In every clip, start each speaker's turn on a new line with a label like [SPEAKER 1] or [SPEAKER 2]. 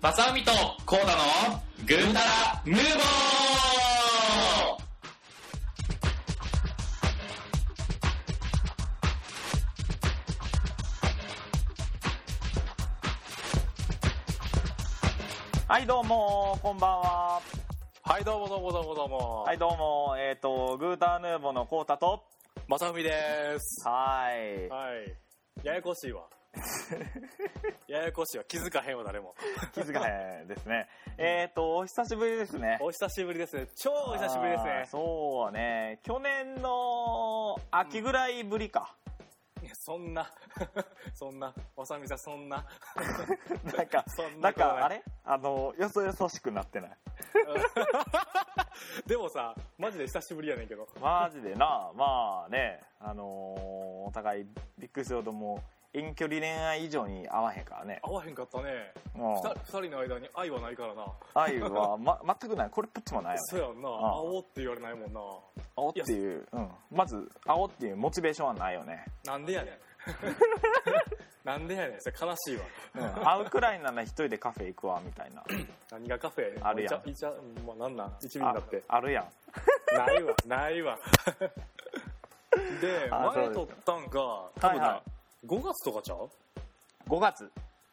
[SPEAKER 1] マサウミとコーダのぐーたらムーボー
[SPEAKER 2] はい、どうも、こんばんは。
[SPEAKER 3] はい、どうもどうもどうもどうも。
[SPEAKER 2] はい、どうも、えっ、と、グーターヌーボーのコウタと、
[SPEAKER 3] まさふみです。
[SPEAKER 2] はーい。
[SPEAKER 3] はい。ややこしい わ。ややこしいわ。気づかへんわ、誰も。
[SPEAKER 2] 気づかへんですね。えっと、お久しぶりですね。
[SPEAKER 3] お久しぶりですね。超お久しぶりです
[SPEAKER 2] あ
[SPEAKER 3] ね
[SPEAKER 2] ー。そうね、去年の秋ぐらいぶり か。
[SPEAKER 3] いやそんな、 そんな、まさみさん、そんな。
[SPEAKER 2] なんか、
[SPEAKER 3] そん
[SPEAKER 2] な
[SPEAKER 3] なんことない
[SPEAKER 2] か、あれあの、よそよそしくなってない。
[SPEAKER 3] でもさ、マジで久しぶりやねんけど。
[SPEAKER 2] マジでな、まあね、あのーお互いびっくりするほどもう、遠距離恋愛以上に合わへんからね。
[SPEAKER 3] 会わへんかったね。
[SPEAKER 2] うん
[SPEAKER 3] ふた二人の間に愛はないからな。
[SPEAKER 2] 愛は、ま、全くない。これっぽっちもないよね。
[SPEAKER 3] そうやんな。会
[SPEAKER 2] あ
[SPEAKER 3] おうって言われないもんな。
[SPEAKER 2] 青っていう、うん、まず青っていうモチベーションはないよね、
[SPEAKER 3] なんでやね ん。なんでやねん。それ悲しいわ。
[SPEAKER 2] うん、 会うくらいなら一人でカフェ行くわみたいな
[SPEAKER 3] 何がカフェ
[SPEAKER 2] あるやん
[SPEAKER 3] ん。いちゃ、まあ、なんなん一味だって。
[SPEAKER 2] ああるやん
[SPEAKER 3] ないわな いわで
[SPEAKER 2] あ
[SPEAKER 3] 前撮ったんが多
[SPEAKER 2] はい
[SPEAKER 3] 分な
[SPEAKER 2] は
[SPEAKER 3] 5月とかちゃう
[SPEAKER 2] 5月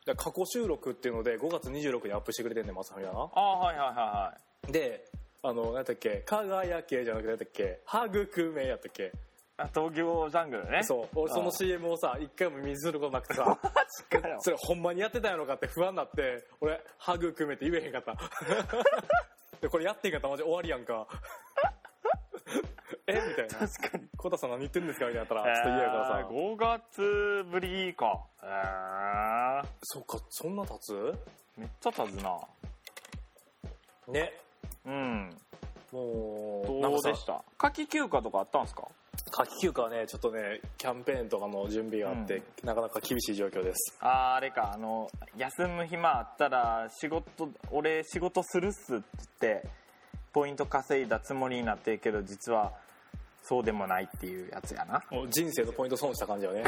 [SPEAKER 3] だから過去収録っていうので5月26にアップしてくれてんねんまさみがな
[SPEAKER 2] ああはいはいはいは
[SPEAKER 3] であの何だっけ輝けじゃなくて何だっけハグクメやったっけ
[SPEAKER 2] いあ東京ジャングルね
[SPEAKER 3] そう俺その CM をさ一回も見ずることなくてさ
[SPEAKER 2] マジか よ
[SPEAKER 3] それほんまにやってたんやろかって不安になって俺ハグクメって言えへん かったでこれやってんかったらマジ終わりやんかえみたいな
[SPEAKER 2] 確かに
[SPEAKER 3] コタさん何言ってんですかみたいになったらちょっと嫌やからさ、
[SPEAKER 2] 5月ぶりかえ
[SPEAKER 3] そっか、そんな経つ
[SPEAKER 2] ー、めっちゃ経つな
[SPEAKER 3] ね。
[SPEAKER 2] うん
[SPEAKER 3] もう、
[SPEAKER 2] どうでしたた夏季休暇とかあったんですか
[SPEAKER 3] 夏季休暇はね、ちょっとね、キャンペーンとかの準備があって、なかなか厳しい状況です。
[SPEAKER 2] あああれかあの休む暇あったら仕事俺仕事するっすって言ってポイント稼いだつもりになってるけど実はそうでもないっていうやつやな
[SPEAKER 3] もう人生のポイント損した感じよ ね。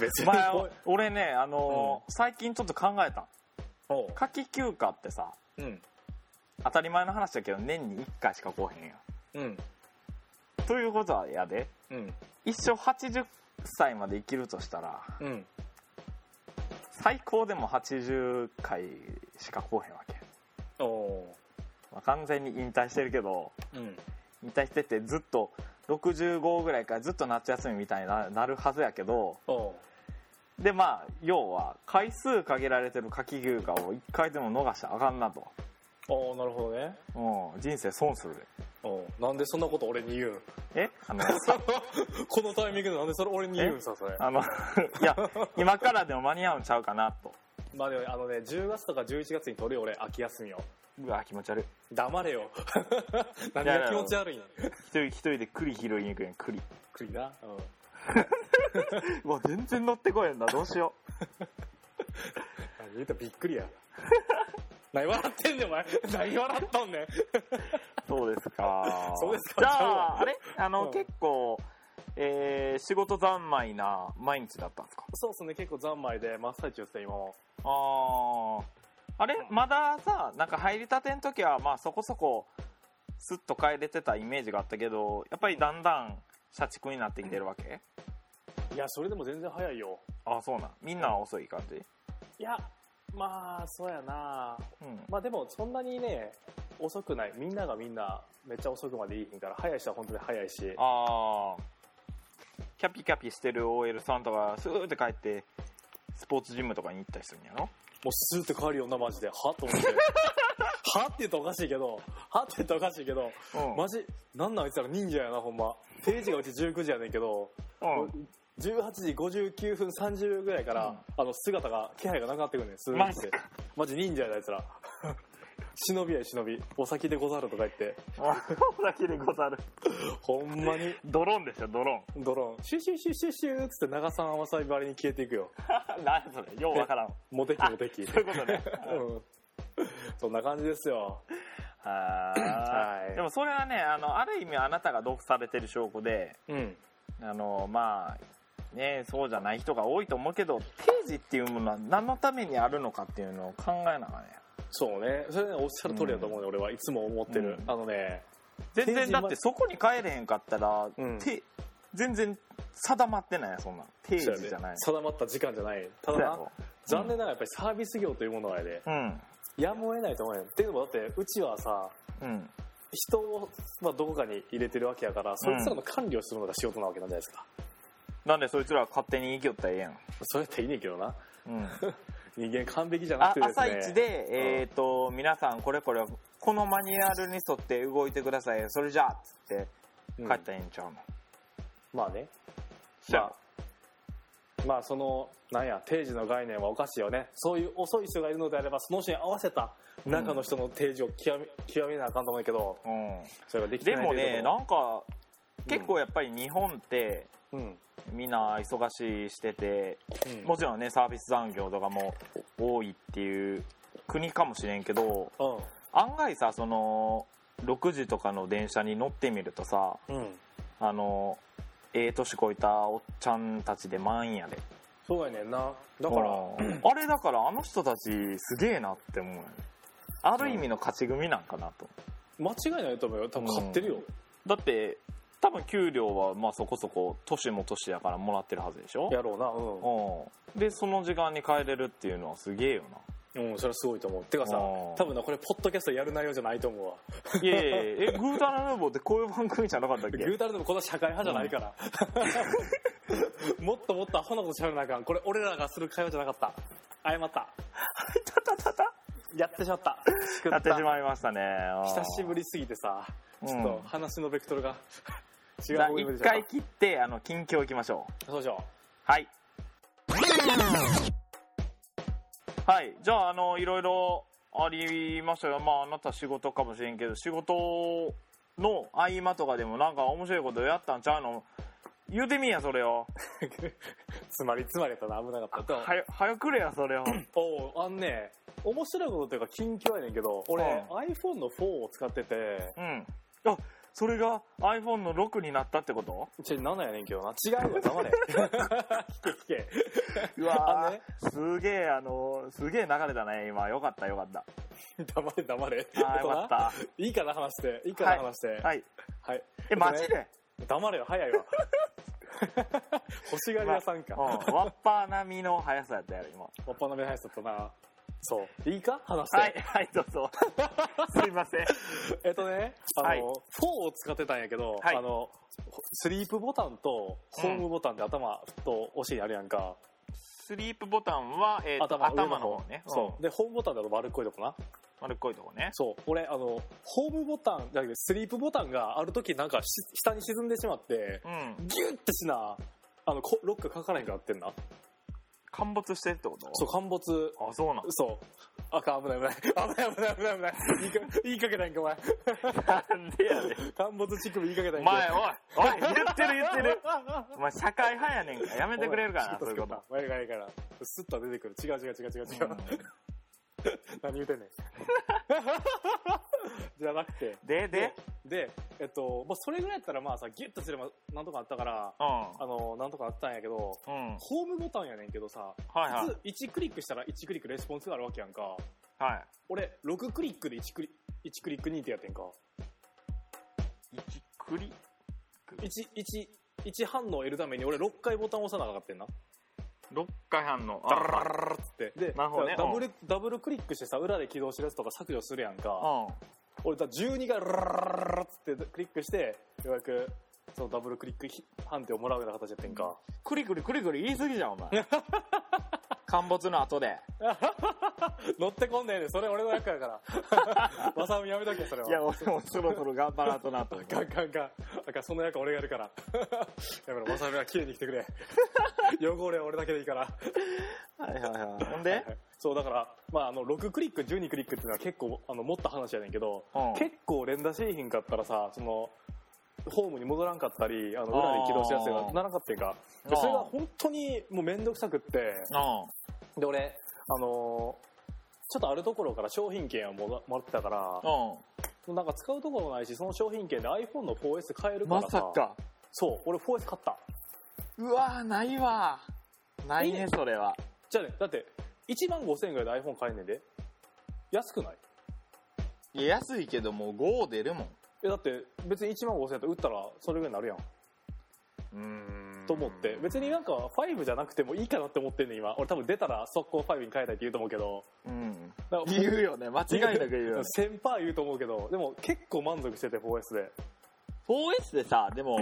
[SPEAKER 3] 別に
[SPEAKER 2] 前
[SPEAKER 3] お
[SPEAKER 2] 俺ねあのー最近ちょっと考えた
[SPEAKER 3] おう
[SPEAKER 2] 夏季休暇ってさ
[SPEAKER 3] うん。
[SPEAKER 2] 当たり前の話だけど年に1回しか来へんや
[SPEAKER 3] うん。
[SPEAKER 2] んということはやで
[SPEAKER 3] うん。
[SPEAKER 2] 一生80歳まで生きるとしたら
[SPEAKER 3] うん。
[SPEAKER 2] 最高でも80回しか来へんわけ、
[SPEAKER 3] おお
[SPEAKER 2] まあ完全に引退してるけど
[SPEAKER 3] う。うん。
[SPEAKER 2] 引退しててずっと65ぐらいからずっと夏休みみたいにななるはずやけど
[SPEAKER 3] おう
[SPEAKER 2] でまあ要は回数限られてる夏季休暇を1回でも逃しちゃあかんなと、
[SPEAKER 3] おうなるほどね。
[SPEAKER 2] うん、人生損するで
[SPEAKER 3] おうなんでそんなこと俺に言うん
[SPEAKER 2] えあの
[SPEAKER 3] このタイミングでなんでそれ俺に言うんさ、それ。
[SPEAKER 2] あのいや今からでも間に合うんちゃうかなと
[SPEAKER 3] まあでも、あのね、10月とか11月に取るよ、俺、秋休みを。
[SPEAKER 2] うわ気持ち悪い
[SPEAKER 3] 黙れよ 何が気持ち悪いん
[SPEAKER 2] 一人一人で栗拾いに行くやん栗
[SPEAKER 3] 栗な、うん、
[SPEAKER 2] うわ全然乗ってこへんなどうしよ
[SPEAKER 3] 何言うたらびっくりや 何笑ってんねんお 前何笑っとんねん
[SPEAKER 2] うそうですか
[SPEAKER 3] そうですか
[SPEAKER 2] じゃああれあの、
[SPEAKER 3] うん
[SPEAKER 2] 結構えー仕事三昧な毎日だったんですか
[SPEAKER 3] そうっすね結構三昧で真っ最中ですね今も
[SPEAKER 2] あああれまださなんか入りたての時はまあそこそこスッと帰れてたイメージがあったけどやっぱりだんだん社畜になってきてるわけ、
[SPEAKER 3] いやそれでも全然早いよ
[SPEAKER 2] ああそうなんみんなは遅い感じ
[SPEAKER 3] いやまあそうやな
[SPEAKER 2] うん
[SPEAKER 3] まあでもそんなにね遅くないみんながみんなめっちゃ遅くまでいいひんから早い人は本当に早いし
[SPEAKER 2] ああキャピキャピしてる OL さんとかスーって帰ってスポーツジムとかに行ったりするんやろ
[SPEAKER 3] もうスーって帰るよなマジではと 思ってはって言ったらおかしいけどはって言ったらおかしいけど
[SPEAKER 2] うん、
[SPEAKER 3] マジなんなんあいつら忍者やなほんま定時がうち19時やねんけど18時59分30ぐらいから、
[SPEAKER 2] うん
[SPEAKER 3] あの姿が気配がなくなってくるねん数
[SPEAKER 2] マ
[SPEAKER 3] 日
[SPEAKER 2] ジ
[SPEAKER 3] でマジ忍者やなあいつら忍びや忍びお先でござるとか言って
[SPEAKER 2] だけでござる
[SPEAKER 3] ほんまに
[SPEAKER 2] ドローンでしょドロ
[SPEAKER 3] ドローンシュシュシュシュシュっつって長さんわさびばりに消えていくよ
[SPEAKER 2] ーン 何それようわからん
[SPEAKER 3] モテキモテキ
[SPEAKER 2] そういうことね
[SPEAKER 3] うんそんな感じですよ
[SPEAKER 2] は
[SPEAKER 3] はい
[SPEAKER 2] でもそれはねあのある意味あなたが毒されてる証拠で
[SPEAKER 3] うん
[SPEAKER 2] あのまあねそうじゃない人が多いと思うけど定時っていうものは何のためにあるのかっていうのを考えながらね
[SPEAKER 3] そうねそれねおっしゃる通りだと思うね、俺はいつも思ってる、
[SPEAKER 2] うん
[SPEAKER 3] あのね
[SPEAKER 2] 全
[SPEAKER 3] 定
[SPEAKER 2] 然
[SPEAKER 3] 時
[SPEAKER 2] だ
[SPEAKER 3] ま
[SPEAKER 2] ってそこに帰れへんかったら、
[SPEAKER 3] うん
[SPEAKER 2] て全然定まってないやんそんなん定
[SPEAKER 3] そうや
[SPEAKER 2] 時
[SPEAKER 3] ね
[SPEAKER 2] じゃない
[SPEAKER 3] 定まった時間じゃないた
[SPEAKER 2] そう
[SPEAKER 3] だ
[SPEAKER 2] や
[SPEAKER 3] な
[SPEAKER 2] ろ
[SPEAKER 3] 残念ながらやっぱりサービス業というものはね
[SPEAKER 2] うん
[SPEAKER 3] やむを得ないと思うよっていうのもだってうちはさ
[SPEAKER 2] うん
[SPEAKER 3] 人を、まあ、どこかに入れてるわけやからそいつらの管理をするのが仕事なわけなんじゃないですか、
[SPEAKER 2] なんでそいつらは勝手に生きよったらええやん、
[SPEAKER 3] そうやったらいいねんけどな
[SPEAKER 2] うん、
[SPEAKER 3] 人間完璧じゃ
[SPEAKER 2] あ
[SPEAKER 3] なくてです
[SPEAKER 2] 朝
[SPEAKER 3] ね
[SPEAKER 2] 一で、えーと皆さんこれこれこのマニュアルに沿って動いてくださいそれじゃあっつって
[SPEAKER 3] うん
[SPEAKER 2] 帰ったらええんちゃうの、
[SPEAKER 3] まあね
[SPEAKER 2] そう
[SPEAKER 3] ま
[SPEAKER 2] やろ
[SPEAKER 3] あまあそのなんや定時の概念はおかしいよねそういう遅い人がいるのであればその人に合わせた中の人の定時を極め極めなあかんと思うけど
[SPEAKER 2] うん
[SPEAKER 3] それができて
[SPEAKER 2] で
[SPEAKER 3] ない
[SPEAKER 2] も
[SPEAKER 3] とい
[SPEAKER 2] ね
[SPEAKER 3] うとこ
[SPEAKER 2] なんか結構やっぱり日本って
[SPEAKER 3] ろうん
[SPEAKER 2] みんな忙しいしてて
[SPEAKER 3] うん
[SPEAKER 2] もちろんねサービス残業とかも多いっていう国かもしれんけど案外さその6時とかの電車に乗ってみるとさ
[SPEAKER 3] うんうん
[SPEAKER 2] あのええ年こいたおっちゃんたちで満員やで
[SPEAKER 3] そうやねんなだから
[SPEAKER 2] うんあれだからあの人たちすげえなって思うよねある意味の勝ち組なんかなと
[SPEAKER 3] 間違いないと思うよ多分買ってるよ、
[SPEAKER 2] だって多分給料はまあそこそこ年も年やからもらってるはずでしょ
[SPEAKER 3] やろうな
[SPEAKER 2] う
[SPEAKER 3] うん
[SPEAKER 2] んでその時間に帰れるっていうのはすげえよな
[SPEAKER 3] うん、それはすごいと思う。てかさ、
[SPEAKER 2] うん
[SPEAKER 3] 多分な、これ、ポッドキャストやる内容じゃないと思うわ。
[SPEAKER 2] いやいやいやえグータラヌーボーってこういう番組じゃなかったっ
[SPEAKER 3] グ
[SPEAKER 2] け
[SPEAKER 3] ータルでもこんな社会派じゃないから。 もっともっとアホなことしゃべらなあかん。これ、俺らがする会話じゃなかった。誤った。やってしまった。しく
[SPEAKER 2] や
[SPEAKER 3] っ
[SPEAKER 2] って
[SPEAKER 3] た
[SPEAKER 2] しまいましたね
[SPEAKER 3] 久しぶ
[SPEAKER 2] り
[SPEAKER 3] りすぎてさ、
[SPEAKER 2] うん
[SPEAKER 3] ちょっと話のベクトルが違
[SPEAKER 2] じ
[SPEAKER 3] う
[SPEAKER 2] ゃあ
[SPEAKER 3] 方向に向い
[SPEAKER 2] 一
[SPEAKER 3] てしまった
[SPEAKER 2] 回切ってあの近況いきましょう
[SPEAKER 3] そうでしょ
[SPEAKER 2] はい。はい。じゃあ、あの、いろいろありましたが、まあ、あなた仕事かもしれんけど、仕事の合間とかでもなんか面白いことやったんちゃうの言うてみいや、それを。
[SPEAKER 3] う。つまり、つまりやったな、危なかった。
[SPEAKER 2] はよ、はよくれや、そ れを。
[SPEAKER 3] おうあんね、面白いことというか、近況やねんけど、俺、
[SPEAKER 2] うん
[SPEAKER 3] iPhone の4を使ってて、
[SPEAKER 2] うん。あ、それが iPhone の6になったってこと
[SPEAKER 3] ちょ、7やねんけどな。違うわ、黙 れ。聞け聞け。
[SPEAKER 2] う
[SPEAKER 3] わー
[SPEAKER 2] わすげえ、あの、すげえ流れだね、今。よかった、よかった。
[SPEAKER 3] 黙れ黙れ。
[SPEAKER 2] あーよかった。
[SPEAKER 3] いいかな話して。いいかな話して。はい。
[SPEAKER 2] はい。え、マジ で
[SPEAKER 3] 黙れよ、早い わ。欲しがり屋さんか。
[SPEAKER 2] うん、わっぱ並みの速さやったよ、今。
[SPEAKER 3] おっぱなめ速さだったな。そう。いいか話して。
[SPEAKER 2] はい、はい、どう ぞ。すいません。
[SPEAKER 3] えっとね、あの、
[SPEAKER 2] はい
[SPEAKER 3] 4を使ってたんやけど、
[SPEAKER 2] はい
[SPEAKER 3] あの、スリープボタンとホームボタンで頭とお尻にあるやんか。
[SPEAKER 2] スリープボタンは、えーと
[SPEAKER 3] 頭
[SPEAKER 2] 頭
[SPEAKER 3] 上の方
[SPEAKER 2] の方ね。
[SPEAKER 3] そうう。で、ホームボタンだと丸っこいとこな。
[SPEAKER 2] ん丸っこいとこね。
[SPEAKER 3] そう。俺、あの、ホームボタン、じゃなくてスリープボタンがある時なんかし下に沈んでしまって、
[SPEAKER 2] うん。
[SPEAKER 3] ギュッてしな、あの、こロックかからへんくなってんな。
[SPEAKER 2] 陥没してるってこと
[SPEAKER 3] そう、陥没。
[SPEAKER 2] あ、そうなん。
[SPEAKER 3] そう。あかん、危ない、危ない。危ない、危ない、危ない、危ない。言いか言いかけたんか、お前。
[SPEAKER 2] なんでやねん。
[SPEAKER 3] 陥没乳首言いかけた
[SPEAKER 2] お
[SPEAKER 3] んか。
[SPEAKER 2] 前、おい、おい、言ってる言ってる。
[SPEAKER 3] や
[SPEAKER 2] お前、社会派やねんから。やめてくれるからな、そういうこと。。
[SPEAKER 3] お前がいいから。スッと出てくる。違う違う違う違う違う。何言 うてんねん。じゃなくて。
[SPEAKER 2] うんで、で、
[SPEAKER 3] で、えっと、まあ、それぐらいやったらまあさ、ギュッとすればなんとかあったから、
[SPEAKER 2] う
[SPEAKER 3] あの、なんとかあったんやけ
[SPEAKER 2] ん。
[SPEAKER 3] ど、
[SPEAKER 2] うん。
[SPEAKER 3] ホームボタンやねんけどさ、
[SPEAKER 2] はいはい。
[SPEAKER 3] 普通1クリックしたら1クリックレスポンスがあるわけやんか。
[SPEAKER 2] はい。
[SPEAKER 3] 俺、6クリックで1クリ1クリック2ってやってんか。
[SPEAKER 2] 一クリ
[SPEAKER 3] 1、1、1反応を得るために俺6回ボタンを押さなあかってんな。
[SPEAKER 2] 6回半の。
[SPEAKER 3] ダラララララって。で、
[SPEAKER 2] なるほどね
[SPEAKER 3] ダブル、ダブルクリックしてさ、裏で起動しだすとか削除するやんか。
[SPEAKER 2] うん。
[SPEAKER 3] 俺、だ12回ララララララってクリックして、ようやく、そのダブルクリック判定をもらうような形やってんか。
[SPEAKER 2] クリクリクリクリ言い過ぎじゃん、お 前。陥没の後で。
[SPEAKER 3] 乗ってこんねえねそれ俺の役やから。 まさみやめとけ、それは。
[SPEAKER 2] いや、俺もそろそろ頑張らんとなと思っ
[SPEAKER 3] ガンガンガン。あかんその役俺がやるから。 やめろ、まさみは綺麗に来て くれ。汚れは俺だけでいいから。
[SPEAKER 2] はいはいはい。ほんで
[SPEAKER 3] そう、だから、まあ、あの、6クリック、12クリックっていうのは結構、あの、持った話やねんけど、
[SPEAKER 2] うん
[SPEAKER 3] 結構連打製品買ったらさ、その、ホームに戻らんかったり、あの、裏で起動しやすい
[SPEAKER 2] あ
[SPEAKER 3] な
[SPEAKER 2] ー
[SPEAKER 3] ならんかったんか。で
[SPEAKER 2] あー
[SPEAKER 3] それが本当にもうめんどくさくって、
[SPEAKER 2] うん。
[SPEAKER 3] で、俺、あのーちょっとあるところから商品券をもらもらってたから、
[SPEAKER 2] う
[SPEAKER 3] なんか使うところないし、その商品券で iPhone の 4S 買える
[SPEAKER 2] ん。
[SPEAKER 3] か
[SPEAKER 2] ま
[SPEAKER 3] らさ。
[SPEAKER 2] さか。
[SPEAKER 3] そう、俺 4S 買った。
[SPEAKER 2] うわーないわない
[SPEAKER 3] え
[SPEAKER 2] ねそれは
[SPEAKER 3] じゃあねだって1万5000円ぐらいで iPhone 買えんねんで安くない
[SPEAKER 2] いや安いけどもう5出るもん
[SPEAKER 3] えだって別に1万5000円やったら売ったらそれぐらいになるやん
[SPEAKER 2] うーん
[SPEAKER 3] と思って別になんか5じゃなくてもいいかなって思ってんねん今俺多分出たら速攻5に変えたいって言うと思うけど
[SPEAKER 2] うん
[SPEAKER 3] なんか
[SPEAKER 2] 言うよね間違いなく言う よね
[SPEAKER 3] 先輩言うと思うけどでも結構満足してて 4S で
[SPEAKER 2] 4S でさで も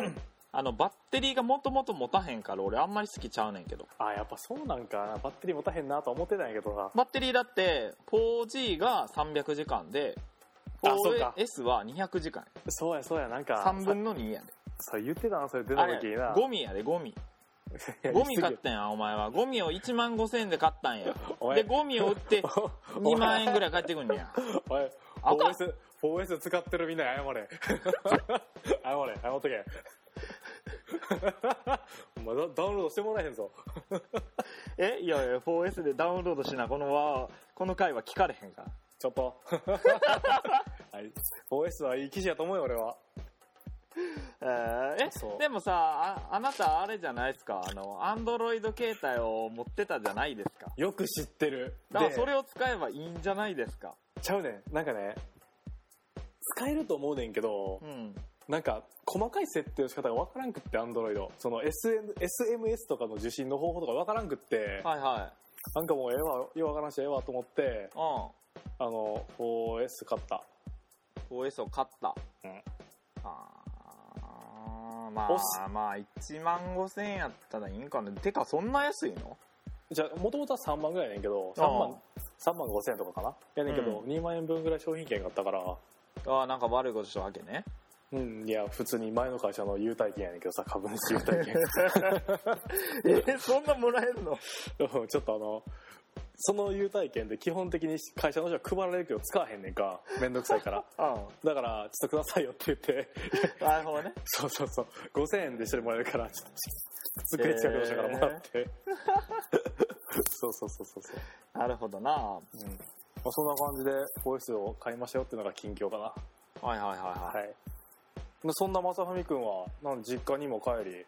[SPEAKER 2] あのバッテリーがもともと持たへんから俺あんまり好きちゃうねんけど
[SPEAKER 3] あーやっぱそうなんかなバッテリー持たへんなとは思ってたんやけどな
[SPEAKER 2] バッテリーだって 4G が300時間で
[SPEAKER 3] あそうか
[SPEAKER 2] 4S は200時間
[SPEAKER 3] そうやそうやなんか
[SPEAKER 2] 3分の2やで
[SPEAKER 3] さそう言ってたなそれ出た
[SPEAKER 2] あれ
[SPEAKER 3] 時な
[SPEAKER 2] ゴミやでゴミゴミ買ったんやお前はゴミを1万5000円で買ったんや
[SPEAKER 3] おい
[SPEAKER 2] でゴミを売 って2万円ぐらい返ってくんねや
[SPEAKER 3] おい
[SPEAKER 2] あかん
[SPEAKER 3] 4S, 4S 使ってるみんなに謝れ 謝れ謝っとけ まだダウンロードしてもらえへんぞ
[SPEAKER 2] えいやいや 4S でダウンロードしなこのわこの回は聞かれへんから
[SPEAKER 3] ちょっと、 はい、4S はいい記事やと思うよ俺は
[SPEAKER 2] え
[SPEAKER 3] そう
[SPEAKER 2] でもさああなたあれじゃないですかあのアンドロイド携帯を持ってたじゃないですか
[SPEAKER 3] よく知ってる
[SPEAKER 2] だから
[SPEAKER 3] で
[SPEAKER 2] それを使えばいいんじゃないですか
[SPEAKER 3] ちゃうねんなんかね使えると思うねんけど
[SPEAKER 2] うん
[SPEAKER 3] なんか細かい設定の仕方がわからんくってアンドロイドその SN SMS とかの受信の方法とかわからんくって
[SPEAKER 2] はいは
[SPEAKER 3] なんかもうええわようわからんしええわと思って
[SPEAKER 2] い
[SPEAKER 3] あの 4S 買った
[SPEAKER 2] うん 4S を買った
[SPEAKER 3] うん
[SPEAKER 2] あーま
[SPEAKER 3] おっす
[SPEAKER 2] あまあ1万5000円やったらいいんかなてかそんな安いの
[SPEAKER 3] じゃあもともとは3万ぐらいやねんけど3万3万5千円とかかなやねんけど、
[SPEAKER 2] う
[SPEAKER 3] 2万円分ぐらい商品券があったから
[SPEAKER 2] あーなんか悪いことしたわけね
[SPEAKER 3] うんいや普通に前の会社の優待券やねんけどさ株主優待券
[SPEAKER 2] えそんなもらえるの
[SPEAKER 3] うんちょっとあのその優待券で基本的に会社の人は配られるけど使わへんねんかめんどくさいから
[SPEAKER 2] う
[SPEAKER 3] だからちょっとくださいよって言って
[SPEAKER 2] んなるほどね
[SPEAKER 3] そうそうそう5000円で一人もらえるからちょっと机近くの人からもらって、 そうそうそうそうそう、
[SPEAKER 2] なるほどなは
[SPEAKER 3] うんまあ、そんな感じで 4S を買いましたよっていうのが近況かない
[SPEAKER 2] はいはいはい、
[SPEAKER 3] はいでそんな正文君はなん実家にも帰り
[SPEAKER 2] うん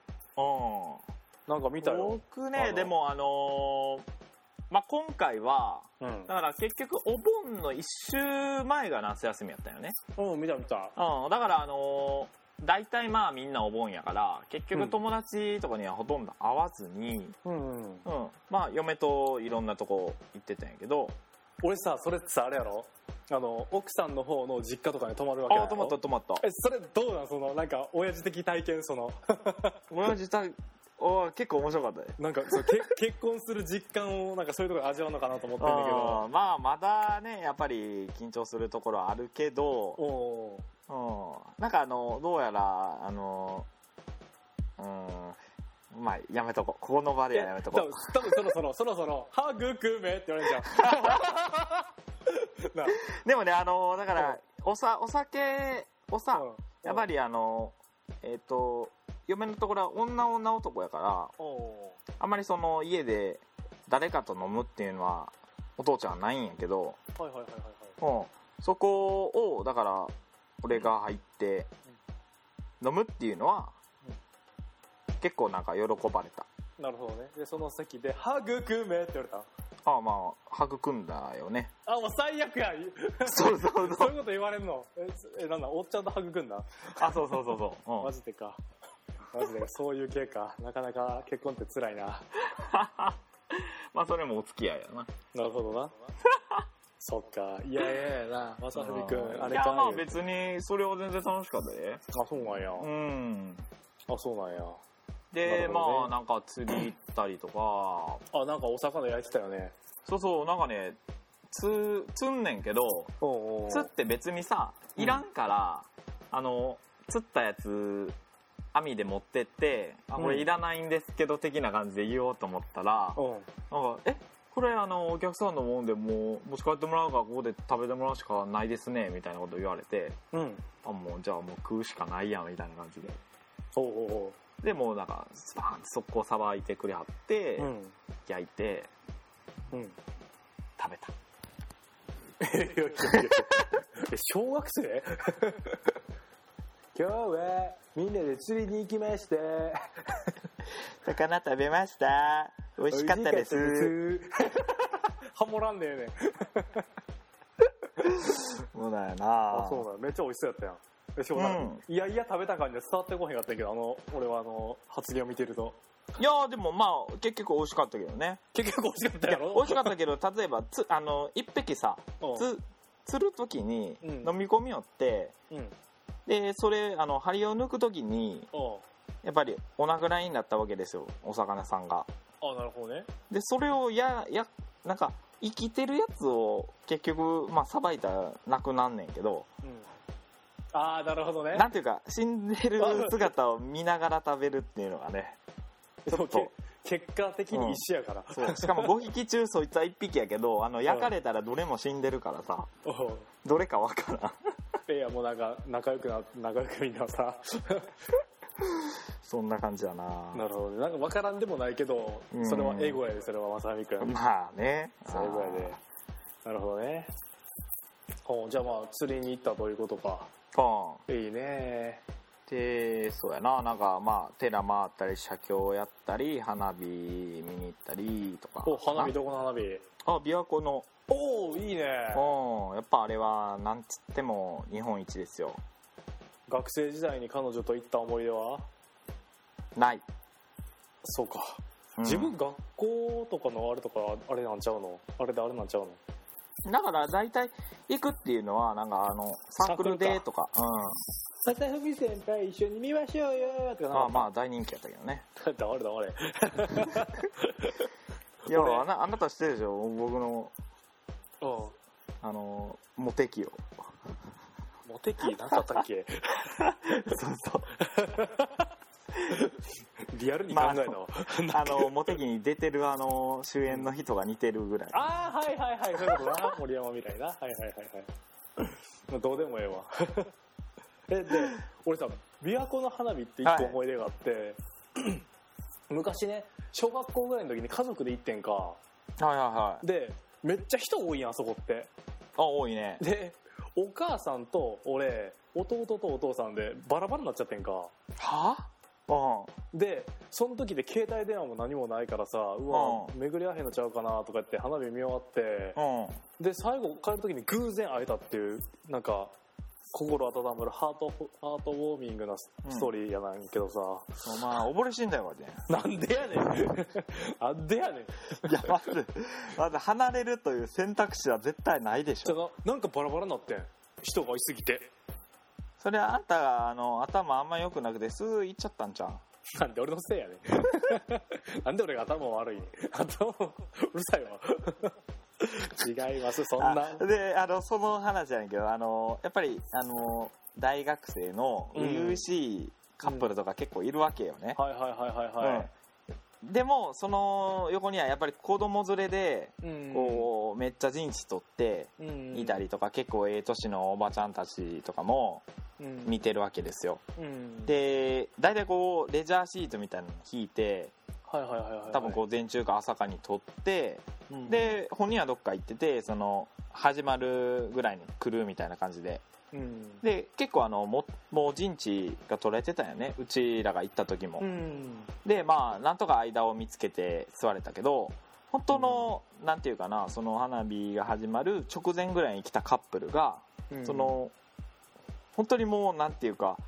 [SPEAKER 3] なんか見たよ、
[SPEAKER 2] 僕
[SPEAKER 3] あ
[SPEAKER 2] ね
[SPEAKER 3] の
[SPEAKER 2] でもあのーまあ今回は
[SPEAKER 3] うん
[SPEAKER 2] だ、から結局お盆の1週前が夏休みやったよね
[SPEAKER 3] うん見た見た
[SPEAKER 2] うんだからあのー大体まあみんなお盆やから結
[SPEAKER 3] う
[SPEAKER 2] 局
[SPEAKER 3] ん
[SPEAKER 2] 友達とかにはほとんど会わずに、
[SPEAKER 3] うん、うん、
[SPEAKER 2] うんまあ嫁といろんなとこ行ってたんやけど
[SPEAKER 3] 俺さそれってさあれやろあの奥さんの方の実家とかに泊まるわけ
[SPEAKER 2] あ
[SPEAKER 3] や
[SPEAKER 2] あ
[SPEAKER 3] ろ
[SPEAKER 2] 止まった止まった
[SPEAKER 3] えそれどうなんそのなんか親父的体験その
[SPEAKER 2] 親父たお結構面白かったで
[SPEAKER 3] なんかそうけ 結婚する実感をなんかそういうところで味わうのかなと思ってんだけど
[SPEAKER 2] うんまあまだねやっぱり緊張するところはあるけど
[SPEAKER 3] おお
[SPEAKER 2] うん、なんかあのどうやらあのうんまあやめとこここの場ではやめと
[SPEAKER 3] 多
[SPEAKER 2] こ
[SPEAKER 3] 分多分そろそろそろそろ「はぐくめ」って言われる じゃんな
[SPEAKER 2] でもねあのだからおさお酒おさ
[SPEAKER 3] うん
[SPEAKER 2] やっぱりあのえっ、と嫁のところは女女男やか
[SPEAKER 3] おお
[SPEAKER 2] らあまりその家で誰かと飲むっていうのはお父ちゃんはないんやけど、
[SPEAKER 3] ーはいはいはいはいはい
[SPEAKER 2] うん、そこをだから俺が入って飲むっていうのは結構なんか喜ばれた
[SPEAKER 3] なるほどねでその席で「はぐくめ」って言われた
[SPEAKER 2] ああまあ育んだよね
[SPEAKER 3] あもう最悪や
[SPEAKER 2] そうそうそう
[SPEAKER 3] そういうこと言われるのえつえなんだおっちゃんと育んだ
[SPEAKER 2] あそうそうそうそう、うん
[SPEAKER 3] マジでかマジでかそういう系かなかなか結婚って辛いな
[SPEAKER 2] まあそれもお付き合いやな
[SPEAKER 3] なるほどなそっかいやいやいやなまさふみくんあれ
[SPEAKER 2] いや
[SPEAKER 3] か
[SPEAKER 2] まあ
[SPEAKER 3] 言うて
[SPEAKER 2] 別にそれは全然楽しかったで
[SPEAKER 3] あそうなんや、
[SPEAKER 2] うん
[SPEAKER 3] あそうなんやな
[SPEAKER 2] で、
[SPEAKER 3] るほどね
[SPEAKER 2] まあなんか釣り行ったりとか
[SPEAKER 3] あなんかお魚焼いてたよね
[SPEAKER 2] そうそうなんかね釣釣んねんけど
[SPEAKER 3] うんうん
[SPEAKER 2] 釣って別にさ
[SPEAKER 3] うん
[SPEAKER 2] いらんから、あの釣ったやつ網で持ってって「あこ
[SPEAKER 3] う
[SPEAKER 2] れ
[SPEAKER 3] ん
[SPEAKER 2] いらないんですけど」的な感じで言おうと思ったら、
[SPEAKER 3] うん
[SPEAKER 2] なんか「えこれあのお客さんのもんでもう持ち帰ってもらうからここで食べてもらうしかないですね」みたいなこと言われて
[SPEAKER 3] うん
[SPEAKER 2] 「あもうじゃあもう食うしかないやん」みたいな感じで
[SPEAKER 3] ほうほうほ
[SPEAKER 2] でもうなんかスパーンって速攻さばいてくれはって、
[SPEAKER 3] ううん
[SPEAKER 2] 焼いて
[SPEAKER 3] うんいや
[SPEAKER 2] 食べた
[SPEAKER 3] いやいや え小学生 今日はみんなで釣りに行きまして
[SPEAKER 2] 魚食べました美味しかったです
[SPEAKER 3] ハモらんねえね
[SPEAKER 2] そうだよ
[SPEAKER 3] あ
[SPEAKER 2] な
[SPEAKER 3] そうだめっちゃ美味しそうやったやんえしかもなんか、いやいや食べた感じは伝わってこへんかったけどあの俺はあの発言を見てると
[SPEAKER 2] いやーでもまあ結局美味しかったけどね
[SPEAKER 3] 結局美味しかった
[SPEAKER 2] い
[SPEAKER 3] や
[SPEAKER 2] や
[SPEAKER 3] ろ
[SPEAKER 2] 美味しかったけど例えばつあの一匹さ
[SPEAKER 3] うん
[SPEAKER 2] つ釣る時に
[SPEAKER 3] うん
[SPEAKER 2] 飲み込みよって、
[SPEAKER 3] うんうん
[SPEAKER 2] でそれあの針を抜く時にやっぱりお亡くなりになったわけですよお魚さんが
[SPEAKER 3] あなるほどね
[SPEAKER 2] でそれをややなんか生きてるやつを結局まあさばいたらなくなんねんけど
[SPEAKER 3] うんああなるほどね
[SPEAKER 2] なんていうか死んでる姿を見ながら食べるっていうのがね
[SPEAKER 3] でも
[SPEAKER 2] ちょっ
[SPEAKER 3] け結果的に一緒やから、
[SPEAKER 2] そうしかも5匹中そいつは1匹やけどあの焼かれたらどれも死んでるからさ
[SPEAKER 3] おう
[SPEAKER 2] どれかわからん
[SPEAKER 3] いやもうなんか仲良くな仲良くみんなさ
[SPEAKER 2] そんな感じだな
[SPEAKER 3] なるほどねなんか分からんでもないけど
[SPEAKER 2] うん
[SPEAKER 3] それは英語やでそれはまさみくん
[SPEAKER 2] まあね
[SPEAKER 3] それぐらいでなるほどねほうじゃあまあ釣りに行ったということか
[SPEAKER 2] ポン
[SPEAKER 3] いいね
[SPEAKER 2] でそうやななんかまあ寺回ったり写経やったり花火見に行ったりとか
[SPEAKER 3] お花火
[SPEAKER 2] な
[SPEAKER 3] どこの花火
[SPEAKER 2] あ琵琶湖の
[SPEAKER 3] おおいいね
[SPEAKER 2] うんやっぱあれはなんつっても日本一ですよ
[SPEAKER 3] 学生時代に彼女と行った思い出は
[SPEAKER 2] ない、
[SPEAKER 3] そうか、
[SPEAKER 2] うん
[SPEAKER 3] 自分学校とかのあれとかあれなんちゃうのあれであれなんちゃうの
[SPEAKER 2] だから大体行くっていうのはなんかあのサークルでとか
[SPEAKER 3] 笹文先輩一緒に見ましょうよーって
[SPEAKER 2] うん、まあまあ大人気やったけどね
[SPEAKER 3] あ黙れ黙れ
[SPEAKER 2] いや
[SPEAKER 3] 俺
[SPEAKER 2] あなあなた知ってるでしょ僕の
[SPEAKER 3] うん
[SPEAKER 2] あのモテ期を
[SPEAKER 3] モテ期なかったっけ
[SPEAKER 2] そうそう
[SPEAKER 3] リアルに考えたわ、
[SPEAKER 2] あのモテ期に出てるあの主演の人が似てるぐらい
[SPEAKER 3] ああはいはいはいそういうことな森山未来なはいはいはいはいまあどうでもええわえで俺さ琵琶湖の花火って一個思い出があって、昔ね小学校ぐらいの時に家族で行ってんか
[SPEAKER 2] はいはいはい
[SPEAKER 3] でめっちゃ人多いやんあそこって
[SPEAKER 2] あ多いね
[SPEAKER 3] でお母さんと俺弟とお父さんでバラバラになっちゃってんか
[SPEAKER 2] はあ
[SPEAKER 3] でその時で携帯電話も何もないからさうわ、
[SPEAKER 2] う
[SPEAKER 3] 巡り合えへんのちゃうかなとか言って花火見終わって
[SPEAKER 2] う、んうん
[SPEAKER 3] で最後帰る時に偶然会えたっていうなんか心温まるハートハートウォーミングなス
[SPEAKER 2] うん
[SPEAKER 3] ストーリーやなんやけどさ、
[SPEAKER 2] まあ溺れ死んだよね
[SPEAKER 3] なんで やねんなんでやねん
[SPEAKER 2] いやまずまず離れるという選択肢は絶対ないでし
[SPEAKER 3] じゃ
[SPEAKER 2] ょ
[SPEAKER 3] ななんかバラバラになってん人がいすぎて
[SPEAKER 2] それはあんたがあの頭あんま良くなくてすぐ行っちゃったんじゃん
[SPEAKER 3] なんで俺のせいやねん なんで俺が頭悪いねん頭うるさ いわ違いますそんな
[SPEAKER 2] あであのその話じゃないけどあのやっぱりあの大学生の初々しいカップルとか結構いるわけよね、
[SPEAKER 3] はいはいはいはいはい、
[SPEAKER 2] うんでもその横にはやっぱり子供連れで
[SPEAKER 3] うん
[SPEAKER 2] こうめっちゃ陣地取って
[SPEAKER 3] うん
[SPEAKER 2] いたりとか結構ええ年のおばちゃんたちとかも
[SPEAKER 3] うん
[SPEAKER 2] 見てるわけですよ
[SPEAKER 3] うん
[SPEAKER 2] で大体こうレジャーシートみたいなの引いて
[SPEAKER 3] はいはいはいはい
[SPEAKER 2] 多分こう前中か朝かに取って
[SPEAKER 3] うん、
[SPEAKER 2] で本人はどっか行っててその始まるぐらいに来るみたいな感じで
[SPEAKER 3] うん
[SPEAKER 2] で結構あのももう陣地が取れてたよねうちらが行った時も、
[SPEAKER 3] うん
[SPEAKER 2] でまあなんとか間を見つけて座れたけど本当の、なんていうかなその花火が始まる直前ぐらいに来たカップルが、
[SPEAKER 3] うん
[SPEAKER 2] その本当にもうなんていうか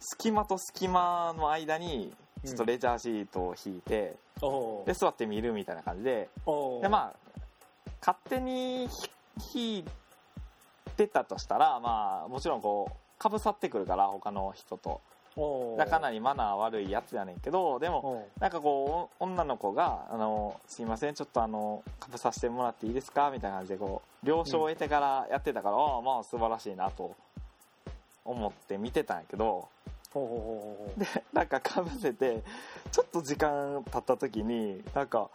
[SPEAKER 2] 隙間と隙間の間にちょっとレジャーシートを引いて、
[SPEAKER 3] おう
[SPEAKER 2] で座って見るみたいな感じで
[SPEAKER 3] おう
[SPEAKER 2] でまあ勝手にひ引いてたとしたらまあもちろんこうかぶさってくるから他の人と
[SPEAKER 3] おう
[SPEAKER 2] だからかなりマナー悪いやつやねんけどでも
[SPEAKER 3] おう
[SPEAKER 2] なんかこうお女の子が「あのすいませんちょっとあのかぶさせてもらっていいですか?」みたいな感じでこう了承を得てからやってたから、ああまあ素晴らしいなと思って見てたんやけど
[SPEAKER 3] ほうほうほうほう
[SPEAKER 2] なんかかぶせてちょっと時間経った時になんか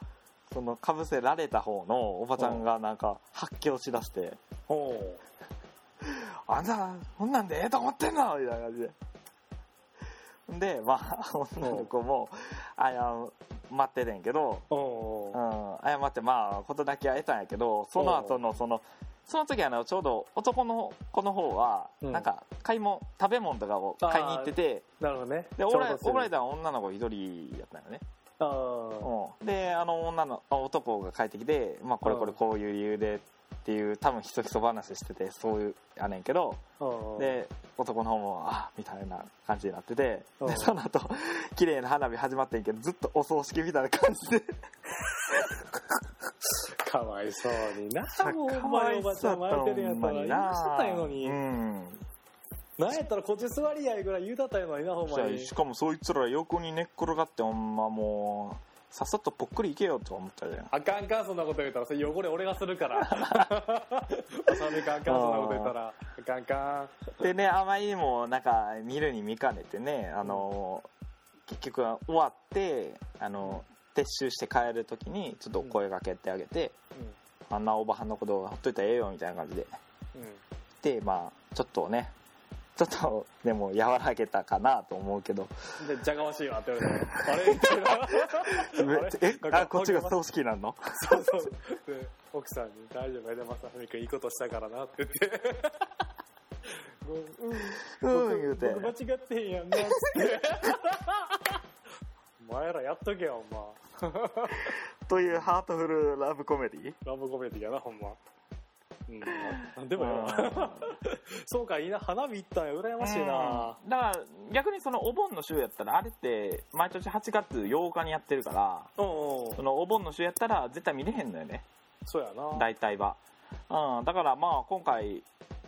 [SPEAKER 2] そのかぶせられた方のおばちゃんがなんか発狂しだして
[SPEAKER 3] ほう
[SPEAKER 2] 「あんたこんなんでええと思ってんの!」みたいな感じで。でまあ女の子もあの待っててんけど
[SPEAKER 3] おうおう
[SPEAKER 2] うん、謝ってまあことだけは得たんやけどその後のそのその時あのちょうど男の子の方は
[SPEAKER 3] うん
[SPEAKER 2] なんか買い物、食べ物とかを買いに行ってて
[SPEAKER 3] なるほどね。
[SPEAKER 2] でオーライ
[SPEAKER 3] ちょうどそ
[SPEAKER 2] オ
[SPEAKER 3] う
[SPEAKER 2] ーライダーは女の子一人やったよね、
[SPEAKER 3] あ
[SPEAKER 2] うん、であの女のあ男が帰ってきて、まあ、これこれこういう理由でっていう多分ひそひそ話しててそういうやねんけど
[SPEAKER 3] ーあー。
[SPEAKER 2] で男の方もあみたいな感じになってて
[SPEAKER 3] う
[SPEAKER 2] で
[SPEAKER 3] ん
[SPEAKER 2] その後綺麗な花火始まってんけどずっとお葬式みたいな感じで
[SPEAKER 3] かわいそうにな。も う、
[SPEAKER 2] か
[SPEAKER 3] お前
[SPEAKER 2] わ
[SPEAKER 3] お
[SPEAKER 2] い
[SPEAKER 3] ばち
[SPEAKER 2] そ
[SPEAKER 3] ゃ
[SPEAKER 2] うん
[SPEAKER 3] 巻いてるやつは
[SPEAKER 2] ほ
[SPEAKER 3] 言
[SPEAKER 2] ん
[SPEAKER 3] い
[SPEAKER 2] ま
[SPEAKER 3] ましてたんやのに
[SPEAKER 2] う。ん
[SPEAKER 3] なんやったらこっち座りやいぐらい言うたったんやのにな、ほんまに
[SPEAKER 2] し。かもそいつら横に寝っ転がってほんまもうさっさとぽっくり行けよと思ったじゃん
[SPEAKER 3] あかんかんそんなこと言うたらそれ汚れ俺がするから おしゃべりかんかんそんなこと言ったらあかんか
[SPEAKER 2] でねあまりにもなんか見るに見かねてねあの、結局は終わってあの撤収して帰る時にちょっと声かけてあげて、
[SPEAKER 3] ん
[SPEAKER 2] あんなおばはんのことほっといたらええよみたいな感じで
[SPEAKER 3] うんうん
[SPEAKER 2] でまあちょっとねちょっとでも和らげたかなと思うけど
[SPEAKER 3] で、じゃがましいわって言われて。あれみたいな。
[SPEAKER 2] え
[SPEAKER 3] なん か
[SPEAKER 2] あこっちが葬式なんの
[SPEAKER 3] そうそう。で、奥さんに大丈夫やで、まさふみくんいいことしたからなって言って。ご
[SPEAKER 2] うん
[SPEAKER 3] うん、
[SPEAKER 2] 言うて
[SPEAKER 3] 僕僕間違ってへんやんなっつって。お前らやっとけよ、ほんま。
[SPEAKER 2] というハートフルラブコメディ
[SPEAKER 3] ラブコメディやな、ほんま。うん、なんで
[SPEAKER 2] で
[SPEAKER 3] もよ。 そうか、いいな、花火行ったんや、羨ましいな。
[SPEAKER 2] うんだから逆にそのお盆の週やったらあれって毎年8月8日にやってるから
[SPEAKER 3] うんうん
[SPEAKER 2] そ。のお盆の週やったら絶対見れへんのよね
[SPEAKER 3] そうやな。
[SPEAKER 2] 大体は、うん、だからまあ今回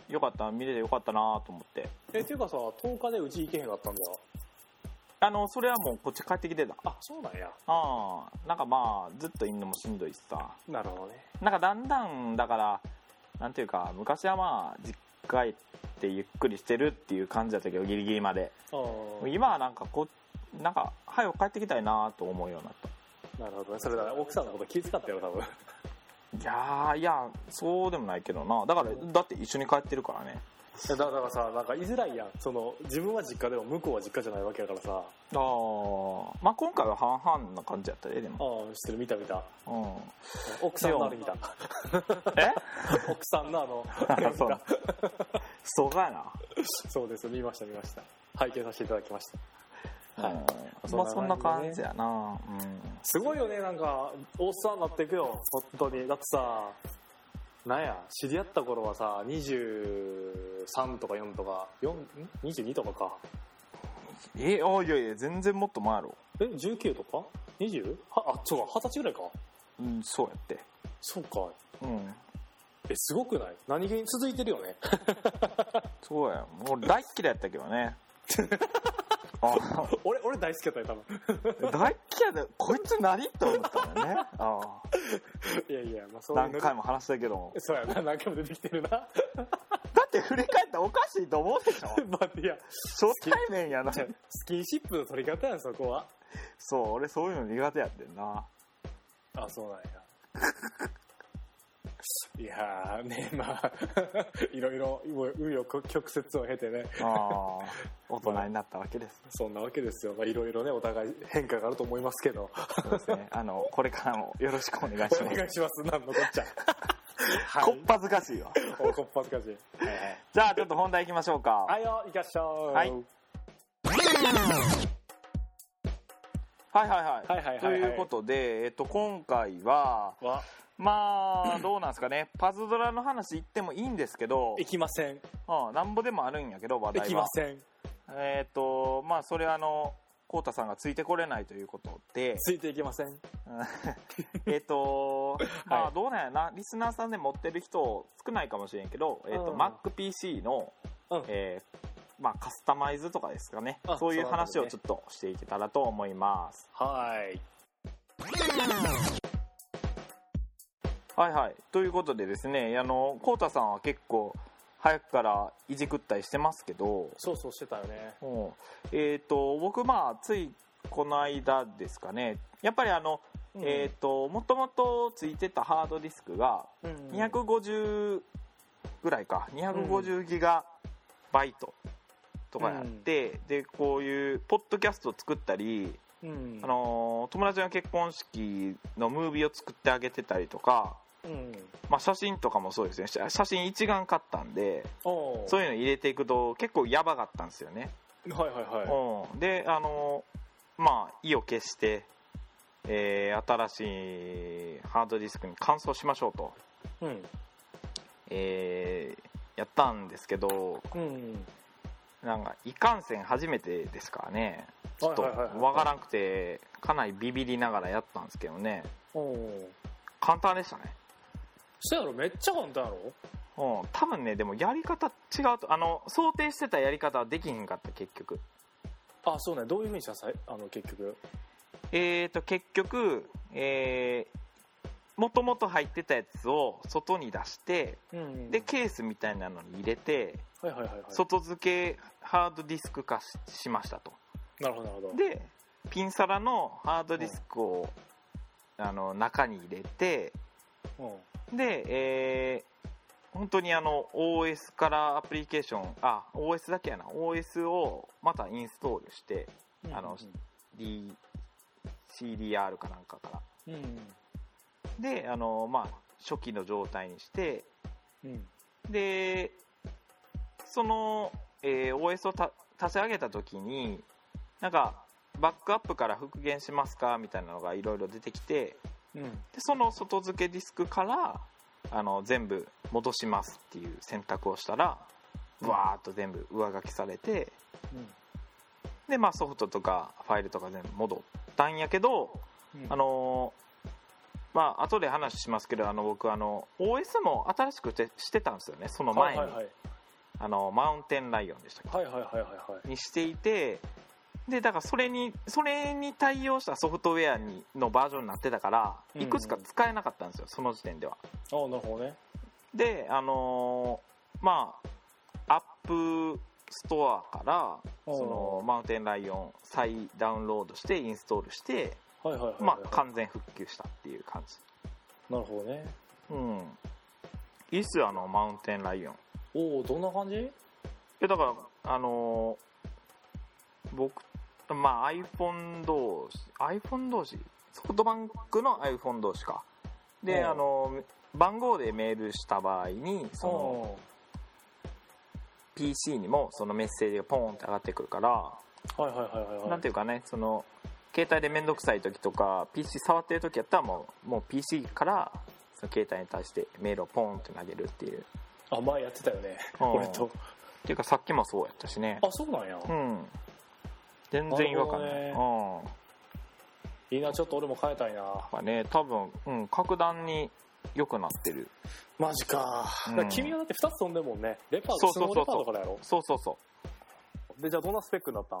[SPEAKER 2] よかった見れてよかったなと思って
[SPEAKER 3] え、っていうかさ、10日でうち行けへんかったんだ。
[SPEAKER 2] あのそれはもうこっち帰ってきてた
[SPEAKER 3] あ、そうなんや。
[SPEAKER 2] うんなんかまあずっといんのもしんどいしさ
[SPEAKER 3] なるほどね。
[SPEAKER 2] なんかだんだんだからなんていうか昔はまあ実家行ってゆっくりしてるっていう感じだったけどギリギリまで
[SPEAKER 3] うん。
[SPEAKER 2] 今はなんかこうなんか早く帰ってきたいなと思うようになった
[SPEAKER 3] なるほどね。それだね。奥さんのこと気遣ったよ、多分。
[SPEAKER 2] いやーいやそうでもないけどなだからだって一緒に帰ってるからね
[SPEAKER 3] だだからさ、なんか言いづらいやん。その、自分は実家でも向こうは実家じゃないわけやからさ。あ
[SPEAKER 2] ああまあ今回は半々な感じやったででも、
[SPEAKER 3] あ、知ってる、見た見た。
[SPEAKER 2] う
[SPEAKER 3] 奥さんのあれ見た。
[SPEAKER 2] ん、え
[SPEAKER 3] 奥さんのあの、
[SPEAKER 2] そうそうかやな
[SPEAKER 3] そうです、見ました見ました。拝見させていただきました。はい
[SPEAKER 2] うんまあそんな感じやな、
[SPEAKER 3] すごいよね、なんか、おっさんになっていくよ、本当に。だってさ、なんや、知り合った頃はさ、23とか4とか、4ん22とかか。
[SPEAKER 2] うん、えあいやいや全然もっと前やろ
[SPEAKER 3] え、19とか ?20? はあ、そうか、20歳ぐらいか。
[SPEAKER 2] うんそうやって
[SPEAKER 3] そうか。
[SPEAKER 2] うん
[SPEAKER 3] え、すごくない何気に続いてるよね。
[SPEAKER 2] そうや俺大っ嫌いやったけど ねあ
[SPEAKER 3] 俺、俺大好きだったよ、多分。
[SPEAKER 2] 大っ嫌いだこいつ何って思ったんだよねあ
[SPEAKER 3] いやいや、まあ、そ
[SPEAKER 2] あ
[SPEAKER 3] ういうの
[SPEAKER 2] 何回も話したけども
[SPEAKER 3] そうやな、何回も出てきて るな。
[SPEAKER 2] だって振り返ったらおかしいと思うでしょ
[SPEAKER 3] まあ、いや、
[SPEAKER 2] 初対面やな
[SPEAKER 3] スキンシップの取り方やん、そこは。
[SPEAKER 2] そう俺そういうの苦手やってんな
[SPEAKER 3] あ、そうなんや。 いやーね、まあ、 いろいろ、もう、紆余曲折を経てね、
[SPEAKER 2] ああ大人になったわけです
[SPEAKER 3] そんなわけですよ。まあ、いろいろね、お互い変化があると思いますけど、
[SPEAKER 2] そうですねあのこれからもよろしくお願いし
[SPEAKER 3] お
[SPEAKER 2] ま
[SPEAKER 3] 願
[SPEAKER 2] す
[SPEAKER 3] いします、なんのこっ ちゃ。は
[SPEAKER 2] こっぱずかしいわ
[SPEAKER 3] い。おこっぱずかしい。
[SPEAKER 2] じゃあちょっと本題いきましょうか、
[SPEAKER 3] はいよ、いかっしゃー
[SPEAKER 2] はいはいはいはい
[SPEAKER 3] はいはいはいはい
[SPEAKER 2] ということで、えっと、今回は
[SPEAKER 3] は、
[SPEAKER 2] まあどうなんですかねパズドラの話言ってもいいんですけど
[SPEAKER 3] い、きません。
[SPEAKER 2] うん、なんぼでもあるんやけど話
[SPEAKER 3] い
[SPEAKER 2] 題は
[SPEAKER 3] きません。
[SPEAKER 2] えっ、とまあそれあのこうたさんがついてこれないということで
[SPEAKER 3] ついていけません。
[SPEAKER 2] えっと、ま
[SPEAKER 3] は
[SPEAKER 2] あどうなんやな、リスナーさんで持ってる人少ないかもしれんけど、えっと、
[SPEAKER 3] うん
[SPEAKER 2] MacPC の、
[SPEAKER 3] うん
[SPEAKER 2] えーまあカスタマイズとかですかね
[SPEAKER 3] あ、
[SPEAKER 2] そういう
[SPEAKER 3] そうなんです
[SPEAKER 2] 話
[SPEAKER 3] ね
[SPEAKER 2] をちょっとしていけたらと思います。
[SPEAKER 3] はい。
[SPEAKER 2] はいはい。ということでですね、あの、こうたさんは結構早くからいじくったりしてますけど、
[SPEAKER 3] そうそうしてたよね。
[SPEAKER 2] うんえっ、と、僕まあついこの間ですかね、やっぱりあの、えっ、と、もともとついてたハードディスクが、
[SPEAKER 3] うん
[SPEAKER 2] 250ぐらいか250ギガバイトとかやって、でこういうポッドキャストを作ったり、
[SPEAKER 3] うん
[SPEAKER 2] あのー友達の結婚式のムービーを作ってあげてたりとか
[SPEAKER 3] うん
[SPEAKER 2] まあ、写真とかもそうですね写写真一眼買ったんで
[SPEAKER 3] お
[SPEAKER 2] そういうの入れていくと結構やばかったんですよね、
[SPEAKER 3] うはいはいはい
[SPEAKER 2] うん、であのまあ意を決して、えー新しいハードディスクに換装しましょうと、
[SPEAKER 3] うん
[SPEAKER 2] えーやったんですけど
[SPEAKER 3] うん
[SPEAKER 2] なんかいかんせん初めてですからねちょっと
[SPEAKER 3] はいはいはいはい
[SPEAKER 2] わからなくてかなりビビりながらやったんですけどね
[SPEAKER 3] おう
[SPEAKER 2] 簡単でしたね
[SPEAKER 3] そやろめっちゃ簡単やろ
[SPEAKER 2] うん多分ねでもやり方違うとあの想定してたやり方はできひんかった結局
[SPEAKER 3] あそうねどういうふうにしたさいあの結局
[SPEAKER 2] えーと結局えー、もともと入ってたやつを外に出して
[SPEAKER 3] うん
[SPEAKER 2] でケースみたいなのに入れて
[SPEAKER 3] はいはいはいはい
[SPEAKER 2] 外付けハードディスク化ししましたと
[SPEAKER 3] なるほどなるほど
[SPEAKER 2] でピンサラのハードディスクを、あの中に入れて
[SPEAKER 3] うん
[SPEAKER 2] で、えー本当にあの OS からアプリケーションあ OS だけやな OS をまたインストールして
[SPEAKER 3] うん
[SPEAKER 2] あの D CDR かなんかから
[SPEAKER 3] うん
[SPEAKER 2] であの、まあ、初期の状態にして
[SPEAKER 3] うん
[SPEAKER 2] でその、えー OS をた立ち上げた時になんかバックアップから復元しますかみたいなのがいろいろ出てきて
[SPEAKER 3] うん
[SPEAKER 2] でその外付けディスクからあの全部戻しますっていう選択をしたらわーっと全部上書きされて
[SPEAKER 3] うん
[SPEAKER 2] で、まあ、ソフトとかファイルとか全部戻ったんやけど
[SPEAKER 3] うん
[SPEAKER 2] あのーまあ後で話しますけどあの僕あの OS も新しくてしてたんですよねその前に、
[SPEAKER 3] はいはいはい
[SPEAKER 2] あのマウンテンライオンでしたっ
[SPEAKER 3] はいはいはいはいはい
[SPEAKER 2] けにしていてでだからそれにそれに対応したソフトウェアにのバージョンになってたから
[SPEAKER 3] うん
[SPEAKER 2] いくつか使えなかったんですよ、その時点では
[SPEAKER 3] ああなるほどね
[SPEAKER 2] であのーまあアップストアから
[SPEAKER 3] おー
[SPEAKER 2] そのマウンテンライオン再ダウンロードしてインストールして、
[SPEAKER 3] はいはいはいはい
[SPEAKER 2] まあ、完全復旧したっていう感じ
[SPEAKER 3] なるほどね
[SPEAKER 2] うんいいっすよあのマウンテンライオン
[SPEAKER 3] おおどんな感じ
[SPEAKER 2] えだからあのー僕まあ iPhone 同士 iPhone 同士ソフトバンクの iPhone 同士かで、
[SPEAKER 3] うん
[SPEAKER 2] あのー番号でメールした場合にその
[SPEAKER 3] お
[SPEAKER 2] PC にもそのメッセージがポーンって上がってくるから、
[SPEAKER 3] ーはいはいはいはいはい
[SPEAKER 2] なんていうかねその携帯で面倒くさい時とか PC 触ってる時やったらもうもう PC からその携帯に対してメールをポーンって投げるっていう
[SPEAKER 3] あ前やってたよね
[SPEAKER 2] うん
[SPEAKER 3] 俺と
[SPEAKER 2] っていうかさっきもそうやったしね
[SPEAKER 3] あそうなんや
[SPEAKER 2] うん全然違和感ない、
[SPEAKER 3] なる
[SPEAKER 2] うん
[SPEAKER 3] いいなちょっと俺も変えたいな
[SPEAKER 2] やっぱね多分、うん、格段に良くなってる
[SPEAKER 3] マジか,、
[SPEAKER 2] うん
[SPEAKER 3] 君はだって2つ飛んでるもんねレパー
[SPEAKER 2] そう
[SPEAKER 3] トス
[SPEAKER 2] そう
[SPEAKER 3] ノ
[SPEAKER 2] そうそう
[SPEAKER 3] ーレパートからやろ
[SPEAKER 2] そうそうそう
[SPEAKER 3] でじゃあどんなスペックになったん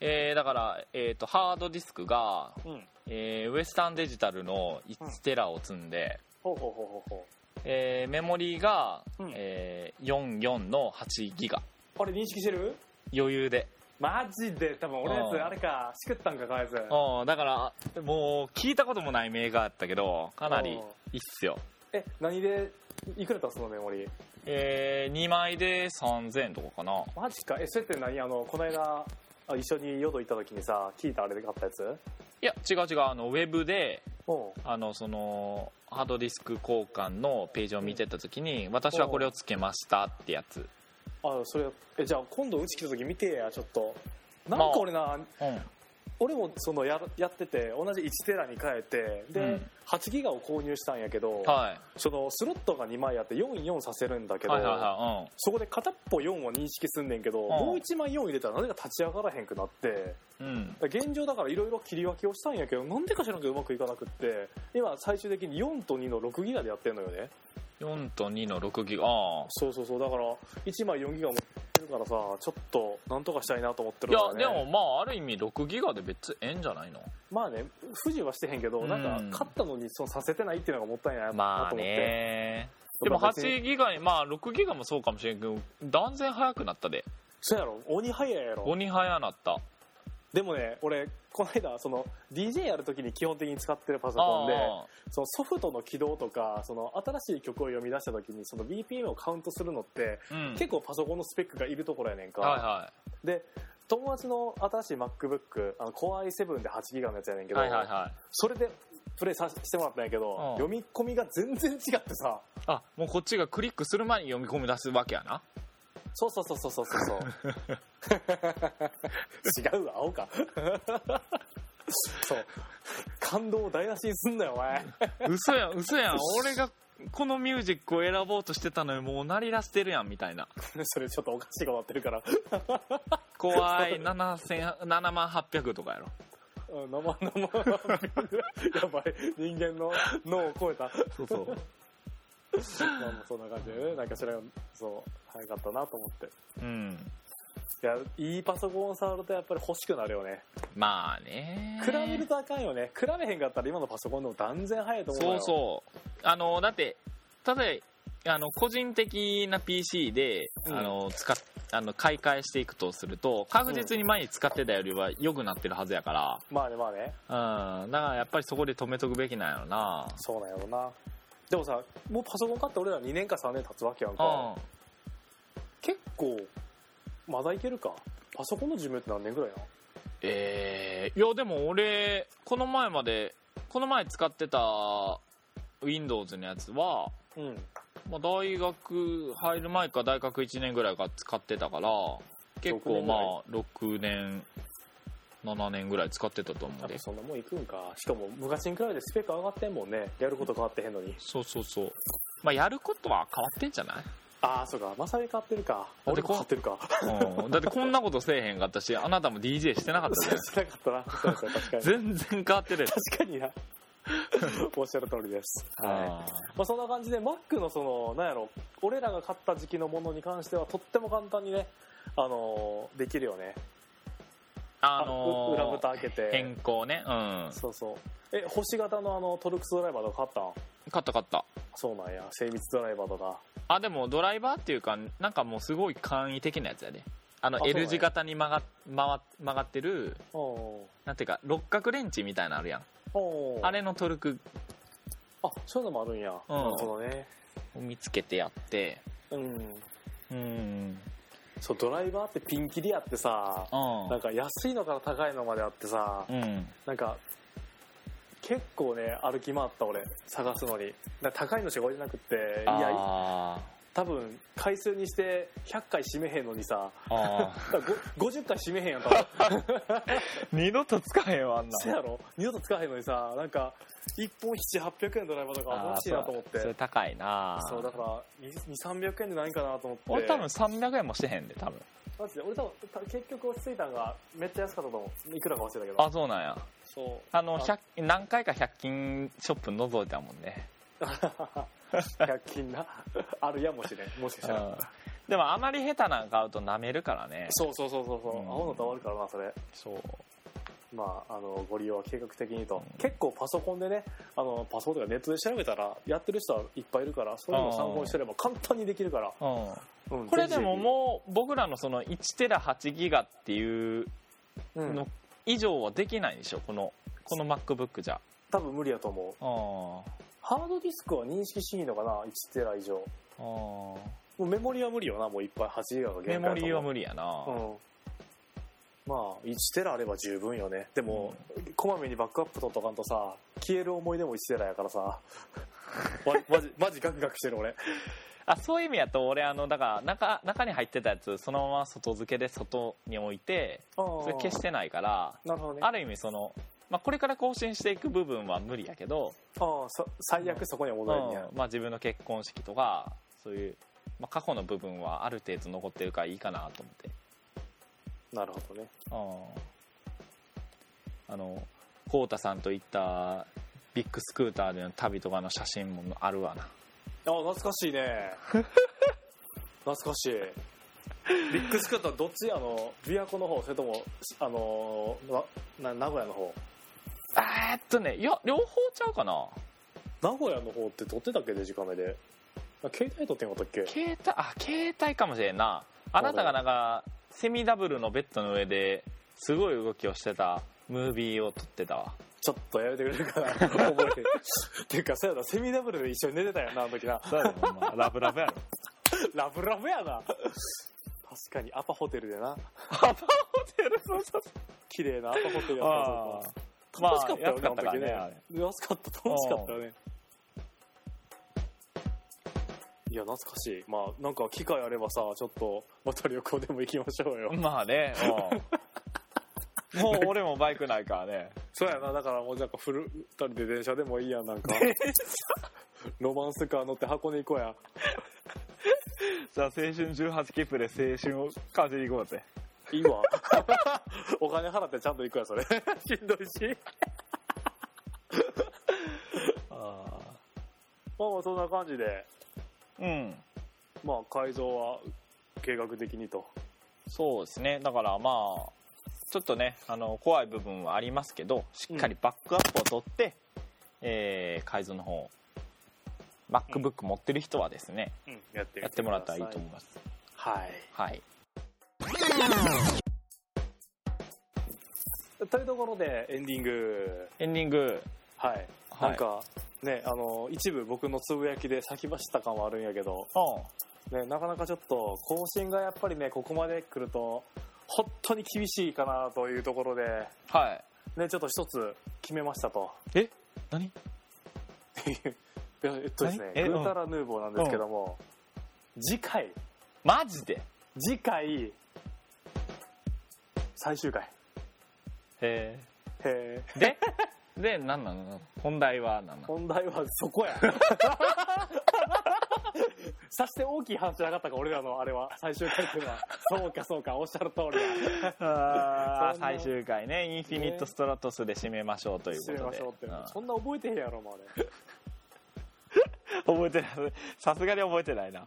[SPEAKER 1] えーだから、えー、とハードディスクが、
[SPEAKER 3] うん
[SPEAKER 1] えーウエスタンデジタルの1テラを積んで、
[SPEAKER 3] ほうほうほうほうほ
[SPEAKER 1] えーメモリーが、
[SPEAKER 3] うん
[SPEAKER 1] えー44の8ギガ
[SPEAKER 3] うあれ認識してる
[SPEAKER 1] 余裕で、
[SPEAKER 3] マジで多分俺のや
[SPEAKER 1] うん
[SPEAKER 3] つあれかしくったんかかあいつ
[SPEAKER 1] うん、だからもう聞いたこともない銘柄だったけどかなりい
[SPEAKER 3] うん
[SPEAKER 1] いっすよ
[SPEAKER 3] え何でいくら足すのメモリ
[SPEAKER 1] えー、2枚で3000円とかかな
[SPEAKER 3] マジかえそれって何あのこの間あ一緒に淀行った時にさ聞いたあれで買ったやつ
[SPEAKER 1] いや違う違うあのウェブで
[SPEAKER 3] お
[SPEAKER 1] あのそのハードディスク交換のページを見てた時に私はこれをつけましたってやつ、
[SPEAKER 3] あそれえじゃあ今度うち来た時見てやちょっとなんか俺な、
[SPEAKER 1] うん、
[SPEAKER 3] 俺もそのややってて同じ1テラに変えてで、
[SPEAKER 1] うん
[SPEAKER 3] 8ギガを購入したんやけど、
[SPEAKER 1] はい
[SPEAKER 3] そのスロットが2枚あって44させるんだけど、
[SPEAKER 1] はいはいは
[SPEAKER 3] そこで片っぽ4を認識すんねんけど、
[SPEAKER 1] ん
[SPEAKER 3] もう1枚4入れたらなぜか立ち上がらへんくなって
[SPEAKER 1] いうん、うん、
[SPEAKER 3] だから現状だからいろいろ切り分けをしたんやけどなんでか知らんけどうまくいかなくって今最終的に4と2の6ギガでやってるのよね
[SPEAKER 1] 4と2の6ギガああ
[SPEAKER 3] そうそうそうだから1枚4ギガ持ってるからさちょっとなんとかしたいなと思って
[SPEAKER 1] い
[SPEAKER 3] るんだ
[SPEAKER 1] や
[SPEAKER 3] よね
[SPEAKER 1] でもまあある意味6ギガで別ええんじゃないの
[SPEAKER 3] まあね不自由はしてへんけど、な
[SPEAKER 1] うん
[SPEAKER 3] んか勝ったのにそのさせてないっていうのがもったいないな
[SPEAKER 1] まあ
[SPEAKER 3] と思って、
[SPEAKER 1] ねでも
[SPEAKER 3] まあ別に
[SPEAKER 1] 8ギガにまあ6ギガもそうかもしれんけど断然早くなったで
[SPEAKER 3] そうやろ鬼早いやろ
[SPEAKER 1] 鬼早なった
[SPEAKER 3] でもね俺この間その DJ やるときに基本的に使ってるパソコンで
[SPEAKER 1] あ
[SPEAKER 3] そのソフトの起動とかその新しい曲を読み出したときにその BPM をカウントするのって
[SPEAKER 1] あうん
[SPEAKER 3] 結構パソコンのスペックがいるところやねんか、
[SPEAKER 1] はいは
[SPEAKER 3] で友達の新しい MacBook あの Core i7 で8ギガのやつやねんけ
[SPEAKER 1] い
[SPEAKER 3] ど、
[SPEAKER 1] はいはいはい
[SPEAKER 3] それでプレイさしてもらったんやけど、
[SPEAKER 2] うん
[SPEAKER 3] 読み込みが全然違ってさ
[SPEAKER 2] あもうこっちがクリックする前に読み込み出すわけやな
[SPEAKER 3] そうそうそうそうそうそうそう違うわ青かそう感動を台無しにすんなよお前
[SPEAKER 2] 嘘やん嘘やん俺がこのミュージックを選ぼうとしてたのにもう鳴り出してるやんみたいな
[SPEAKER 3] それちょっとおかしいことなってるから
[SPEAKER 2] 怖い7000 7万800とかやろ
[SPEAKER 3] うん生生やばい人間の脳を超えた
[SPEAKER 2] そうそう
[SPEAKER 3] まあまあそんな感じでねなんかしらそう早かったなと思って
[SPEAKER 2] うん
[SPEAKER 3] いやいいパソコンを触るとやっぱり欲しくなるよね
[SPEAKER 2] まあね
[SPEAKER 3] 比べるとあかんよね比べへんかったら今のパソコンでも断然早いと思う
[SPEAKER 2] そ
[SPEAKER 3] よ
[SPEAKER 2] うそうあのだってただあの個人的な PC で、
[SPEAKER 3] うん
[SPEAKER 2] あの使っあの買い替えしていくとすると確実に前に使ってたよりは良くなってるはずやから、
[SPEAKER 3] まあねまあね
[SPEAKER 2] うん、だからやっぱりそこで止めとくべきなんやろな
[SPEAKER 3] そうなんやろなでもさもうパソコン買って俺ら2年か3年経つわけやんか
[SPEAKER 2] う
[SPEAKER 3] 結構まだいけるかパソコンの寿命って何年ぐらいなん
[SPEAKER 2] えーいやでも俺この前までこの前使ってた Windows のやつは、
[SPEAKER 3] うん
[SPEAKER 2] まあ、大学入る前か大学1年ぐらいか使ってたから結構まあ6年7年ぐらい使ってたと思う
[SPEAKER 3] や
[SPEAKER 2] ん
[SPEAKER 3] っ
[SPEAKER 2] で
[SPEAKER 3] ぱそんなもんいくんかしかも昔に比べてスペック上がってんもんねやること変わってへんのに
[SPEAKER 2] そうそうそうまあやることは変わってんじゃない、
[SPEAKER 3] ああそうかまさに買ってるか俺も買ってるか
[SPEAKER 2] うん、だってこんなことせえへんかったしあなたも DJ してなかったじゃん
[SPEAKER 3] 知らなかったな そうそう確かに
[SPEAKER 2] 全然変わってる
[SPEAKER 3] 確かになおっしゃる通りです、はい
[SPEAKER 2] あー
[SPEAKER 3] まあ、そんな感じで Mac のそのなんやろ俺らが買った時期のものに関してはとっても簡単にねあのーできるよね
[SPEAKER 2] あのー
[SPEAKER 3] う裏蓋開けて
[SPEAKER 2] 変更ねうん
[SPEAKER 3] そうそうえ星型のあのトルクスドライバーとか買ったん
[SPEAKER 2] 買った買った
[SPEAKER 3] そうなんや精密ドライバーとか
[SPEAKER 2] あでもドライバーっていうかなんかもうすごい簡易的なやつやであ
[SPEAKER 3] あ
[SPEAKER 2] の
[SPEAKER 3] そうなんや
[SPEAKER 2] L 字型に曲が回曲がってる
[SPEAKER 3] お
[SPEAKER 2] なんていうか六角レンチみたいなのあるやん
[SPEAKER 3] ーおー
[SPEAKER 2] あれのトルク
[SPEAKER 3] あそういうのもあるんや、
[SPEAKER 2] うん
[SPEAKER 3] なるほどね
[SPEAKER 2] を見つけてやって
[SPEAKER 3] うん
[SPEAKER 2] うん
[SPEAKER 3] そうドライバーってピンキリやってさ
[SPEAKER 2] うん
[SPEAKER 3] なんか安いのから高いのまであってさ
[SPEAKER 2] うん
[SPEAKER 3] なんか結構ね歩き回った俺探すのになんか高いのしか置いてなくっていや
[SPEAKER 2] あ
[SPEAKER 3] 多分回数にして100回締めへんのにさ
[SPEAKER 2] ーあ
[SPEAKER 3] だからご50回締めへんやん多分
[SPEAKER 2] ー 二度と使えんわあんな
[SPEAKER 3] せやろ二度と使わへんのにさなんか1本7800円のドライバーとか
[SPEAKER 2] あー
[SPEAKER 3] 欲しいなと思って
[SPEAKER 2] それ高いな
[SPEAKER 3] そうだから2300円でないかなと思って
[SPEAKER 2] 俺多分300円もしてへんで多分
[SPEAKER 3] マジで俺多分た結局落ち着いたんがめっちゃ安かったと思ういくらか忘れたけど
[SPEAKER 2] あそうなんや
[SPEAKER 3] そう
[SPEAKER 2] あの100何 回か100均ショップ覗いたもんね
[SPEAKER 3] 100均な あるやもしれんもしかしたら
[SPEAKER 2] うんでもあまり下手なん買うと舐めるからね
[SPEAKER 3] そうそうそうそうそう、
[SPEAKER 2] うん
[SPEAKER 3] 青のとあるからなそれ
[SPEAKER 2] そう
[SPEAKER 3] まああのご利用は計画的にと、結構パソコンでねあのパソコンとかネットで調べたらやってる人はいっぱいいるからそういうのを参考にしてれば簡単にできるから、
[SPEAKER 2] うん
[SPEAKER 3] うん
[SPEAKER 2] これでももう僕らのその1テラ8ギガっていう
[SPEAKER 3] う、うん
[SPEAKER 2] の以上はできないでしょこのこの MacBook じゃ
[SPEAKER 3] 多分無理やと思う
[SPEAKER 2] あ
[SPEAKER 3] ハードディスクは認識しにいのかな1テラ以上も
[SPEAKER 2] あ
[SPEAKER 3] うメモリは無理よなもういっぱい8ギガが限
[SPEAKER 2] メ
[SPEAKER 3] 界
[SPEAKER 2] モリーは
[SPEAKER 3] 無
[SPEAKER 2] 無理やな、
[SPEAKER 3] うんまあ1テラあれば十分よねでも、こまめにバックアップ取っとかんとさ消える思い出も1テラやからさ わマジマジガクガクしてる俺
[SPEAKER 2] あそういう意味やと俺あのだから中中に入ってたやつそのまま外付けで外に置いてそ
[SPEAKER 3] そ
[SPEAKER 2] れ消してないから
[SPEAKER 3] なるほどね
[SPEAKER 2] ある意味その、まあ、これから更新していく部分は無理やけど、
[SPEAKER 3] ああそ最悪そこには戻れんねや、
[SPEAKER 2] うんまあ、自分の結婚式とかそういう、まあ、過去の部分はある程度残ってるからいいかなと思って
[SPEAKER 3] なるほどね
[SPEAKER 2] あの浩太さんと行ったビッグスクーターでの旅とかの写真もあるわな
[SPEAKER 3] ああ懐かしいね 懐かしいビッグスクーターどっちあの琵琶湖の方それともあのなな名古屋の方
[SPEAKER 2] えーっとねいや両方ちゃうかな
[SPEAKER 3] 名古屋の方って撮ってたっけデジカメであ携帯撮ってんかったっけ
[SPEAKER 2] 携帯あ携帯かもしれんなあなたがなんかセミダブルのベッドの上ですごい動きをしてたムービーを撮ってたわ
[SPEAKER 3] ちょっとやめてくれるかな覚えてる っていうかそうやなセミダブルで一緒に寝てたよなあの時な
[SPEAKER 2] ラブラブやろ
[SPEAKER 3] ラブラブやな確かにアパホテルでな
[SPEAKER 2] アパホテルそうそう
[SPEAKER 3] 綺麗なアパホテルやった
[SPEAKER 2] あ
[SPEAKER 3] そう
[SPEAKER 2] まあ
[SPEAKER 3] 楽しかったよね、
[SPEAKER 2] 安かったからね
[SPEAKER 3] あの時ね安かった楽しかったねいや懐かしいまあなんか機会あればさちょっとまた旅行でも行きましょうよ、
[SPEAKER 2] まあね、うんもう俺もバイクないからね。
[SPEAKER 3] そうやなだからもうなんかフル二人で電車でもいいやんなん かロマンスカー乗って箱根行こうや
[SPEAKER 2] さあ、青春18切符で青春を感じに行こうぜ。
[SPEAKER 3] い いわお金払ってちゃんと行くやそれ しんどいし
[SPEAKER 2] ああ。
[SPEAKER 3] まあまあそんな感じで
[SPEAKER 2] うん。
[SPEAKER 3] まあ改造は計画的にと
[SPEAKER 2] そうですね。だからまあ、ちょっとね、あの、怖い部分はありますけど、しっかりバックアップを取って、えー、改造の方、MacBook 持ってる人はですね、
[SPEAKER 3] うんやってみ
[SPEAKER 2] やってもらったらいいと思います。
[SPEAKER 3] はい
[SPEAKER 2] はい。
[SPEAKER 3] というところでエンディング
[SPEAKER 2] エンディング、
[SPEAKER 3] はい、
[SPEAKER 2] はい
[SPEAKER 3] なんかねあの一部僕のつぶやきで先走った感はあるんやけど、
[SPEAKER 2] うん。
[SPEAKER 3] ね、なかなかちょっと更新がやっぱりねここまで来ると本当に厳しいかなというところで、
[SPEAKER 2] はい。
[SPEAKER 3] ね、ちょっと一つ決めましたと
[SPEAKER 2] え何
[SPEAKER 3] いやえっとですね
[SPEAKER 2] 何え
[SPEAKER 3] グータラヌーボーなんですけども、次回
[SPEAKER 2] マジで
[SPEAKER 3] 次回最終回
[SPEAKER 2] え
[SPEAKER 3] へー
[SPEAKER 2] ー、で で、何なの本題は何なの
[SPEAKER 3] 本題はそこやさして大きい話じゃなかったか俺らのあれは最終回っていうのはそうかそうかおっしゃる通りだ
[SPEAKER 2] あー
[SPEAKER 3] そんな
[SPEAKER 2] 最終回ね、インフィニットストラトスで締めましょうということ
[SPEAKER 3] 締
[SPEAKER 2] で。
[SPEAKER 3] めましょうって
[SPEAKER 2] うん
[SPEAKER 3] そんな覚えてへんやろもうあれ
[SPEAKER 2] 覚えてない。さすがに覚えてないな。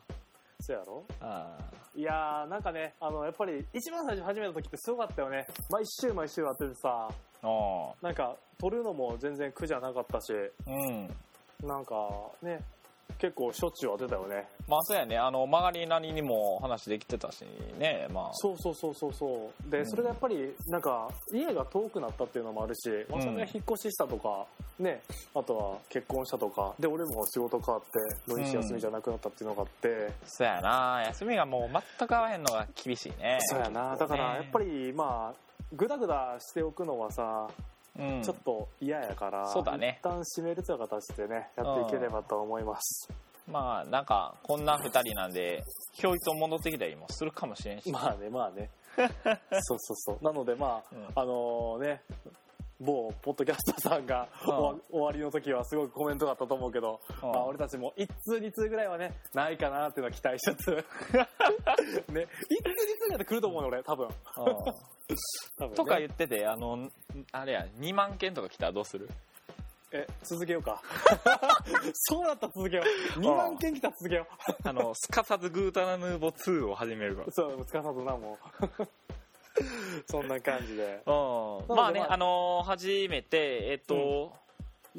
[SPEAKER 3] そうやろ
[SPEAKER 2] あ
[SPEAKER 3] いやーなんかねあのやっぱり一番最初始めた時ってすごかったよね毎週毎週やっててさ
[SPEAKER 2] ーお
[SPEAKER 3] なんか撮るのも全然苦じゃなかったし
[SPEAKER 2] ーうん。
[SPEAKER 3] なんかね結構しょっちゅう当てたよね
[SPEAKER 2] まあそうやね、あの、曲がりなりにも話できてたしね、まあ。
[SPEAKER 3] そうそうそうそうそうで、
[SPEAKER 2] うん
[SPEAKER 3] それがやっぱりなんか家が遠くなったっていうのもあるしまあそれが引っ越ししたとか、ねあとは結婚したとかで俺も仕事変わって土日休みじゃなくなったっていうのがあって、
[SPEAKER 2] そうやな、休みがもう全く合わへんのが厳しいね。
[SPEAKER 3] そうやなだからやっぱ
[SPEAKER 2] り、
[SPEAKER 3] りまあグダグダしておくのはさ、
[SPEAKER 2] うん、
[SPEAKER 3] ちょっと嫌やから
[SPEAKER 2] そうだね
[SPEAKER 3] 一旦締めるという形でねやっていければと思います、
[SPEAKER 2] まあなんかこんな二人なんでひょいと戻ってきたりもするかもしれんし、
[SPEAKER 3] まあねま あねそうそうそうなのでまあ、
[SPEAKER 2] うん
[SPEAKER 3] あのね某ポッドキャスターさんが
[SPEAKER 2] うん
[SPEAKER 3] 終わ終わりの時はすごくコメントがあったと思うけど、
[SPEAKER 2] うん
[SPEAKER 3] まあ、俺たちも1通2通ぐらいはねないかなっていうのは期待しつ つね1通2通ぐらいで来ると思うよ俺多分
[SPEAKER 2] う
[SPEAKER 3] 多分、ね、
[SPEAKER 2] んとか言っててあのあれや2万件とか来たらどうする
[SPEAKER 3] え続けようかそうなったら続けよう2万件来たら続けよ
[SPEAKER 2] あのすかさずグータラヌーボ2を始めるか
[SPEAKER 3] うそうつかさずなも うそんな感じで
[SPEAKER 2] らう
[SPEAKER 3] まあ
[SPEAKER 2] んまあね
[SPEAKER 3] まあ
[SPEAKER 2] あの初めてえっと、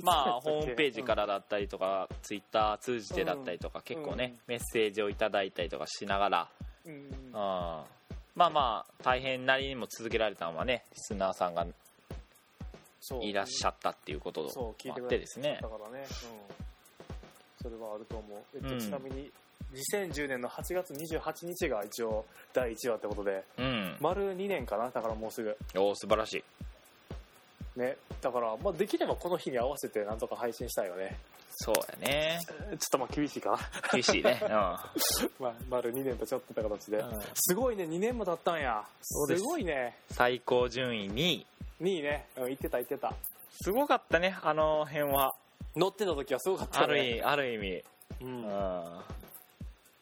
[SPEAKER 2] まあ、ホームページかららだったりとか、ツイッター通じてだったりとか、結構ね、メッセージをいただいたりとかしながら、
[SPEAKER 3] うんうん
[SPEAKER 2] うん、まあまあ大変なりにも続けられたのはねリスナーさんが
[SPEAKER 3] そう
[SPEAKER 2] いらっしゃったっていうこと
[SPEAKER 3] そう
[SPEAKER 2] も
[SPEAKER 3] 聞い
[SPEAKER 2] あ
[SPEAKER 3] て
[SPEAKER 2] っ
[SPEAKER 3] く
[SPEAKER 2] て
[SPEAKER 3] れ
[SPEAKER 2] ですね
[SPEAKER 3] だからね、うん、それはあると思う、えっと
[SPEAKER 2] うん
[SPEAKER 3] ちなみに2010年の8月28日が一応第1話ってことで
[SPEAKER 2] うん
[SPEAKER 3] 丸2年かなだからもうすぐ
[SPEAKER 2] おー素晴らしい
[SPEAKER 3] ねだから、まあ、できればこの日に合わせてなんとか配信したいよね
[SPEAKER 2] そうやね
[SPEAKER 3] ちょっとまあ厳しいかな、
[SPEAKER 2] 厳しいねうん
[SPEAKER 3] まあ、丸2年とちょっとって形で、
[SPEAKER 2] うん
[SPEAKER 3] すごいね2年も経ったんや
[SPEAKER 2] そうです
[SPEAKER 3] すごいね
[SPEAKER 2] 最高順位2位
[SPEAKER 3] 2位ねうん言ってた言ってた
[SPEAKER 2] すごかったねあの辺は
[SPEAKER 3] 乗ってた時はすごかった
[SPEAKER 2] あ
[SPEAKER 3] よ
[SPEAKER 2] る意
[SPEAKER 3] ね
[SPEAKER 2] 味ある意味
[SPEAKER 3] うん
[SPEAKER 2] うん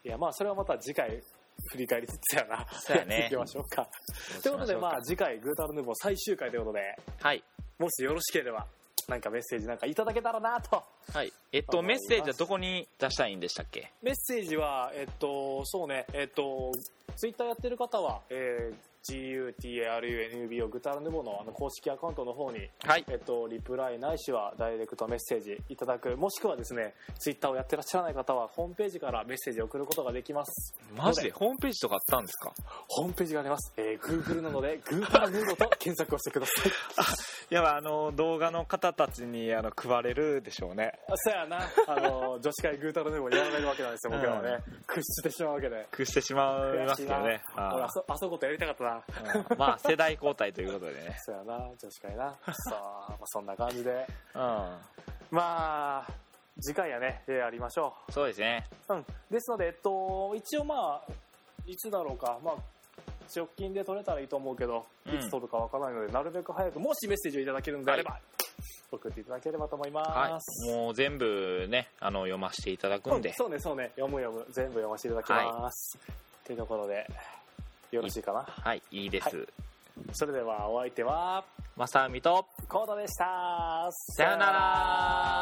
[SPEAKER 3] いやまあそれはまた次回振り返りつつやな
[SPEAKER 2] そう やね
[SPEAKER 3] やっていきましょうかということで、まあ、次回、グータルヌーボー最終回ということで、
[SPEAKER 2] はい
[SPEAKER 3] もしよろしければ、なんかメッセージなんかいただけたらなと。
[SPEAKER 2] はいえっとメッセージはどこに出したらいいんでしたっけ
[SPEAKER 3] メッセージは、えっと、そうね、えっと、ツイッターやってる方は、えー、GUTARUNUBO グータルヌーボーのあの公式アカウントの方に、
[SPEAKER 2] はい
[SPEAKER 3] えっと、リプライないしはダイレクトメッセージいただく、もしくはですね、ツイッターをやってらっしゃらない方は、ホームページからメッセージを送ることができます。
[SPEAKER 2] マジでホームページとかあったんですか
[SPEAKER 3] ホームページがあります。えー、Google なので、グータルヌーボーと検索をしてください。
[SPEAKER 2] いやあの動画の方たちにあの配れるでしょうね
[SPEAKER 3] そうやな。あの、女子会グータラでもやられるわけなんですよ、僕らはね。屈してしまうわけで。
[SPEAKER 2] 屈してしまいますよね
[SPEAKER 3] 俺あ
[SPEAKER 2] あ
[SPEAKER 3] そ、あそことやりたかったな。
[SPEAKER 2] ーうんうんまあ世代交代ということでね、
[SPEAKER 3] そうやな女子 会なそう、まあ、そんな感じで
[SPEAKER 2] うん、
[SPEAKER 3] まあ次回やねでやりましょ
[SPEAKER 2] そうですね
[SPEAKER 3] ううんですのでえっと一応まあいつだろうかまあ直近で取れたらいいと思うけど、
[SPEAKER 2] うん
[SPEAKER 3] いつ取るかわからないのでなるべく早くもしメッセージをいただけるのであれば、送っていただければと思います、
[SPEAKER 2] はいもう全部ねあの読ませていただくん
[SPEAKER 3] う
[SPEAKER 2] で
[SPEAKER 3] ん、そうねそうね読む読む全部読ませていただきます、というところでよろしいかな
[SPEAKER 2] はいいいです、
[SPEAKER 3] それではお相手は
[SPEAKER 2] まさみと
[SPEAKER 3] コードでした
[SPEAKER 2] さよなら